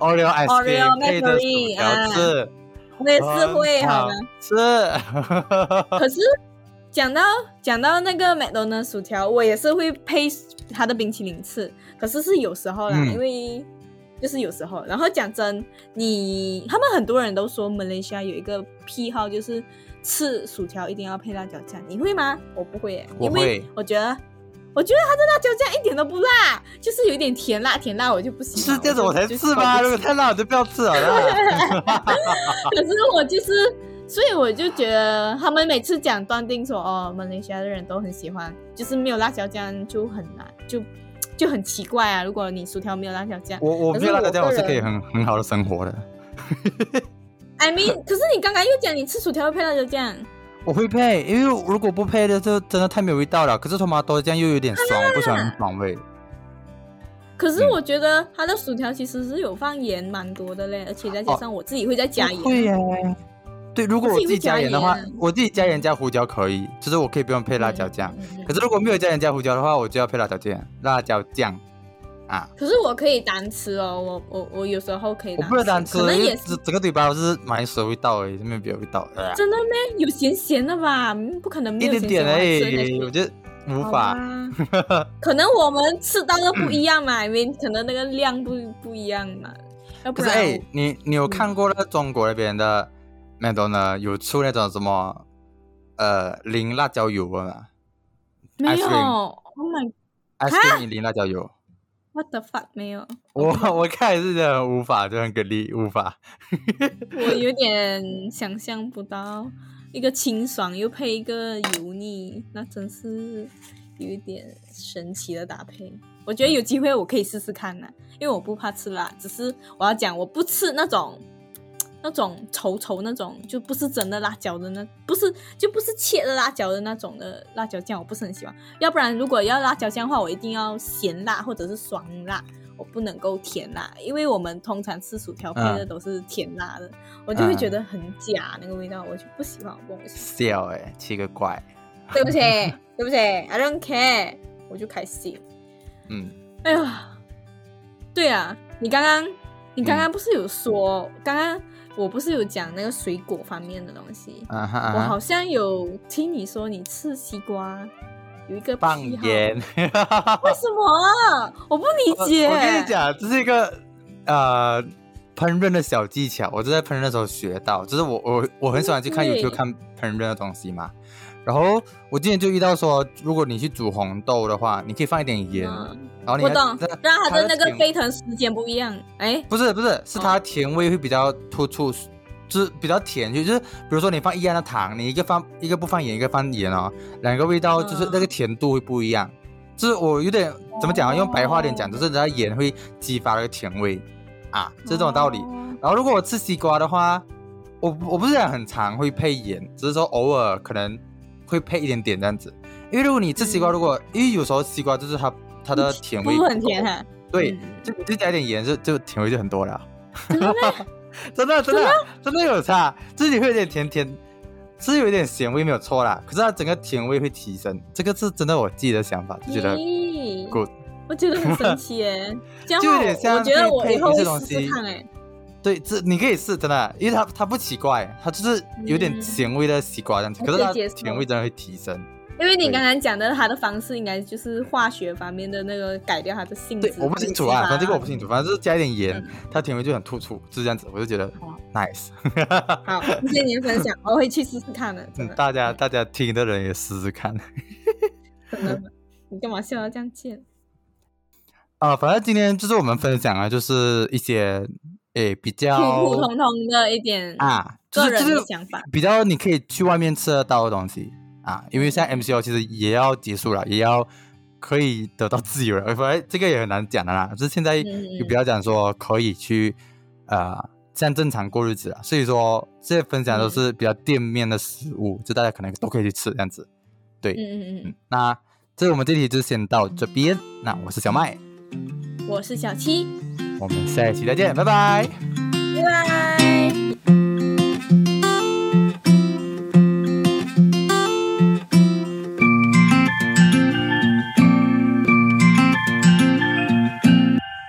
Speaker 1: Oreo ice
Speaker 2: Oreo
Speaker 1: cream 配的薯
Speaker 2: McFlurry，啊
Speaker 1: 条吃，哦
Speaker 2: 托我也是会
Speaker 1: 很
Speaker 2: 好吗？
Speaker 1: 吃。
Speaker 2: 可是讲到讲到那个 McDonald 薯条，我也是会配它的冰淇淋吃，可是是有时候啦，
Speaker 1: 嗯
Speaker 2: 因为就是有时候。然后讲真，你他们很多人都说马来西亚有一个癖好，就是吃薯条一定要配辣椒酱，你会吗？我不会耶，
Speaker 1: 我
Speaker 2: 因
Speaker 1: 会
Speaker 2: 为我觉得。我觉得它的辣椒酱一点都不辣，就是有一点甜辣，甜辣我就不喜
Speaker 1: 就
Speaker 2: 欢。
Speaker 1: 是这样子
Speaker 2: 就
Speaker 1: 我才
Speaker 2: 就
Speaker 1: 吃
Speaker 2: 受不
Speaker 1: 吧，如
Speaker 2: 起
Speaker 1: 果太辣我就不要吃好了啦。
Speaker 2: 可是我就是所以我就觉得他们每次讲断定说哦，马来西亚的人都很喜欢，就是没有辣椒酱就很难，就就很奇怪啊。如果你薯条没有辣椒酱
Speaker 1: 我我
Speaker 2: 可
Speaker 1: 没
Speaker 2: 是
Speaker 1: 有辣椒
Speaker 2: 我
Speaker 1: 酱，我
Speaker 2: 个
Speaker 1: 是可以
Speaker 2: 人
Speaker 1: 很很好的生活的。
Speaker 2: ，I mean，可是你刚刚又讲你吃薯条会配辣椒酱，
Speaker 1: 我会配，因为如果不配的，就真的太没有味道了。可是托马多酱又有点酸，我不喜欢爽味。
Speaker 2: 可是
Speaker 1: 嗯
Speaker 2: 我觉得它的薯条其实是有放盐蛮多的嘞，而且再加
Speaker 1: 哦
Speaker 2: 上我自己会再加盐。嗯
Speaker 1: 对耶。对，如果我
Speaker 2: 自
Speaker 1: 自
Speaker 2: 己会
Speaker 1: 己加
Speaker 2: 加
Speaker 1: 盐的话
Speaker 2: 盐，
Speaker 1: 我自己加盐加胡椒可以，就是我可以不用配辣椒酱。
Speaker 2: 嗯。嗯嗯
Speaker 1: 可是如果没有加盐加胡椒的话，我就要配辣椒酱，辣椒酱啊，
Speaker 2: 可是我可以单吃哦，我我我有时候可以
Speaker 1: 我不能单吃，
Speaker 2: 可能
Speaker 1: 因为
Speaker 2: 也
Speaker 1: 整
Speaker 2: 是
Speaker 1: 整个嘴巴都是马来西亚味道而已，没有别的味道。呃
Speaker 2: 真的咩？有咸咸的吧？嗯不可能没
Speaker 1: 一
Speaker 2: 有
Speaker 1: 点
Speaker 2: 咸咸
Speaker 1: 点
Speaker 2: 的。
Speaker 1: 而
Speaker 2: 我还吃得
Speaker 1: 已，我觉得无
Speaker 2: 好
Speaker 1: 法。
Speaker 2: 吧可能我们吃到的不一样嘛， 因为可能那个量不不一样嘛。要不
Speaker 1: 可是
Speaker 2: 然
Speaker 1: 哎、
Speaker 2: 我
Speaker 1: 你你有
Speaker 2: 嗯
Speaker 1: 看过那个中国那边的麦当呢？有出那种什么呃零辣椒油的吗
Speaker 2: 没有
Speaker 1: ice cream
Speaker 2: ？Oh my
Speaker 1: ？ice cream 零辣椒油，
Speaker 2: what the fuck 没有，哦
Speaker 1: 我我看也是觉得很无法，就很给力，无法。
Speaker 2: 我有点想象不到一个清爽又配一个油腻，那真是有一点神奇的搭配。我觉得有机会我可以试试看呐、因为我不怕吃辣，只是我要讲我不吃那种。那种稠稠那种，就不是真的辣椒的那，不是就不是切的辣椒的那种的辣椒酱，我不是很喜欢。要不然如果要辣椒酱的话，我一定要咸辣或者是爽辣，我不能够甜辣，因为我们通常吃薯条配的
Speaker 1: 嗯
Speaker 2: 都是甜辣的，我就会
Speaker 1: 嗯
Speaker 2: 觉得很假、那个味道，我就不喜欢，我不喜
Speaker 1: 笑哎、奇个怪，
Speaker 2: 欢。 对不起，对不起，I don't care，我就开心。
Speaker 1: 嗯，
Speaker 2: 哎呀，对啊，你刚刚你刚刚不是有说，刚刚我不是有讲那个水果方面的东西，
Speaker 1: 啊哈
Speaker 2: 我
Speaker 1: 啊哈
Speaker 2: 好，像有听你说你吃西瓜有一个
Speaker 1: 放
Speaker 2: 癖好
Speaker 1: 盐。
Speaker 2: 为什么啊？我不理解。
Speaker 1: 呃我跟你，讲，这是一个呃烹饪的小技巧，我就在烹饪的时候学到，就是我我我很喜欢去看
Speaker 2: 对
Speaker 1: YouTube 看烹饪的东西嘛。然后我今天就遇到说，如果你去煮红豆的话，你可以放一点盐，
Speaker 2: 嗯
Speaker 1: 然后你
Speaker 2: 我
Speaker 1: 还
Speaker 2: 懂
Speaker 1: 这，
Speaker 2: 让它的那个
Speaker 1: 甜
Speaker 2: 沸腾时间不一样。哎，
Speaker 1: 不是不是是
Speaker 2: 哦
Speaker 1: 它甜味会比较突出，就是比较甜，就是比如说你放一样的糖，你一个放一个不放盐，一个放盐哦，两个味道就是
Speaker 2: 嗯
Speaker 1: 那个甜度会不一样。就是我有点怎么讲啊？用白话点讲，
Speaker 2: 哦
Speaker 1: 就是它盐会激发那个甜味啊，就是这种道理。
Speaker 2: 哦
Speaker 1: 然后如果我吃西瓜的话，我不我不是讲很常会配盐，只是说偶尔可能会配一点点这样子。因为如果你吃西瓜，
Speaker 2: 嗯
Speaker 1: 如果、因为有时候西瓜就是它它的甜味
Speaker 2: 不很哦甜
Speaker 1: 够
Speaker 2: 哈。
Speaker 1: 对，
Speaker 2: 嗯
Speaker 1: 就你就加一点盐就就甜味就很多了。
Speaker 2: 真的咩
Speaker 1: 真的真的真的有差，自己会有点甜甜，是有一点咸味没有错啦。可是它整个甜味会提升，这个是真的我自己的想法，就觉得
Speaker 2: 咦
Speaker 1: good
Speaker 2: 我觉得很神奇 耶。这样
Speaker 1: 就有
Speaker 2: 话
Speaker 1: 点
Speaker 2: 我我
Speaker 1: 像
Speaker 2: 觉得我
Speaker 1: 配
Speaker 2: 以后
Speaker 1: 配
Speaker 2: 会
Speaker 1: 这东
Speaker 2: 试
Speaker 1: 西
Speaker 2: 试看哎。
Speaker 1: 对，这你可以试，真的，因为它它不奇怪，它就是有点
Speaker 2: 嗯
Speaker 1: 咸味的西瓜这样子，
Speaker 2: 我
Speaker 1: 可
Speaker 2: 可以
Speaker 1: 是它
Speaker 2: 接受嗯
Speaker 1: 甜味真的会提升。
Speaker 2: 因为你
Speaker 1: 对
Speaker 2: 刚刚讲的它的方式，应该就是化学方面的那个改掉它的性质。
Speaker 1: 对，我不清楚啊，反正这个我不清楚，反正就是加一点盐，它甜味就很突出，就是这样子，我就觉得
Speaker 2: 嗯好
Speaker 1: nice。
Speaker 2: 好，谢谢你的分享，我会去试试看的。真
Speaker 1: 嗯
Speaker 2: 的，
Speaker 1: 大家大家听的人也试试看。
Speaker 2: 真
Speaker 1: 嗯
Speaker 2: 的，你干嘛笑到这样贱？
Speaker 1: 啊，反正今天就是我们分享啊，就是一些诶比较
Speaker 2: 普普通通的一点
Speaker 1: 啊，就
Speaker 2: 个
Speaker 1: 是就
Speaker 2: 人的
Speaker 1: 是
Speaker 2: 想 法。
Speaker 1: 比较你可以去外面吃得到的东西啊，因为
Speaker 2: 嗯
Speaker 1: 现在 MCO 其实也要结束了，也要可以得到自由了，反正这个也很难讲的啦。就是现在
Speaker 2: 嗯
Speaker 1: 就不要讲说可以去呃像正常过日子了，所以说这些分享都
Speaker 2: 嗯
Speaker 1: 是比较店面的食物，就大家可能都可以去吃这样子。对，
Speaker 2: 嗯嗯
Speaker 1: 嗯，那这我们这题就先到这边，那我是小麦，
Speaker 2: 嗯，我是小七，
Speaker 1: 我们下一期再见，拜拜。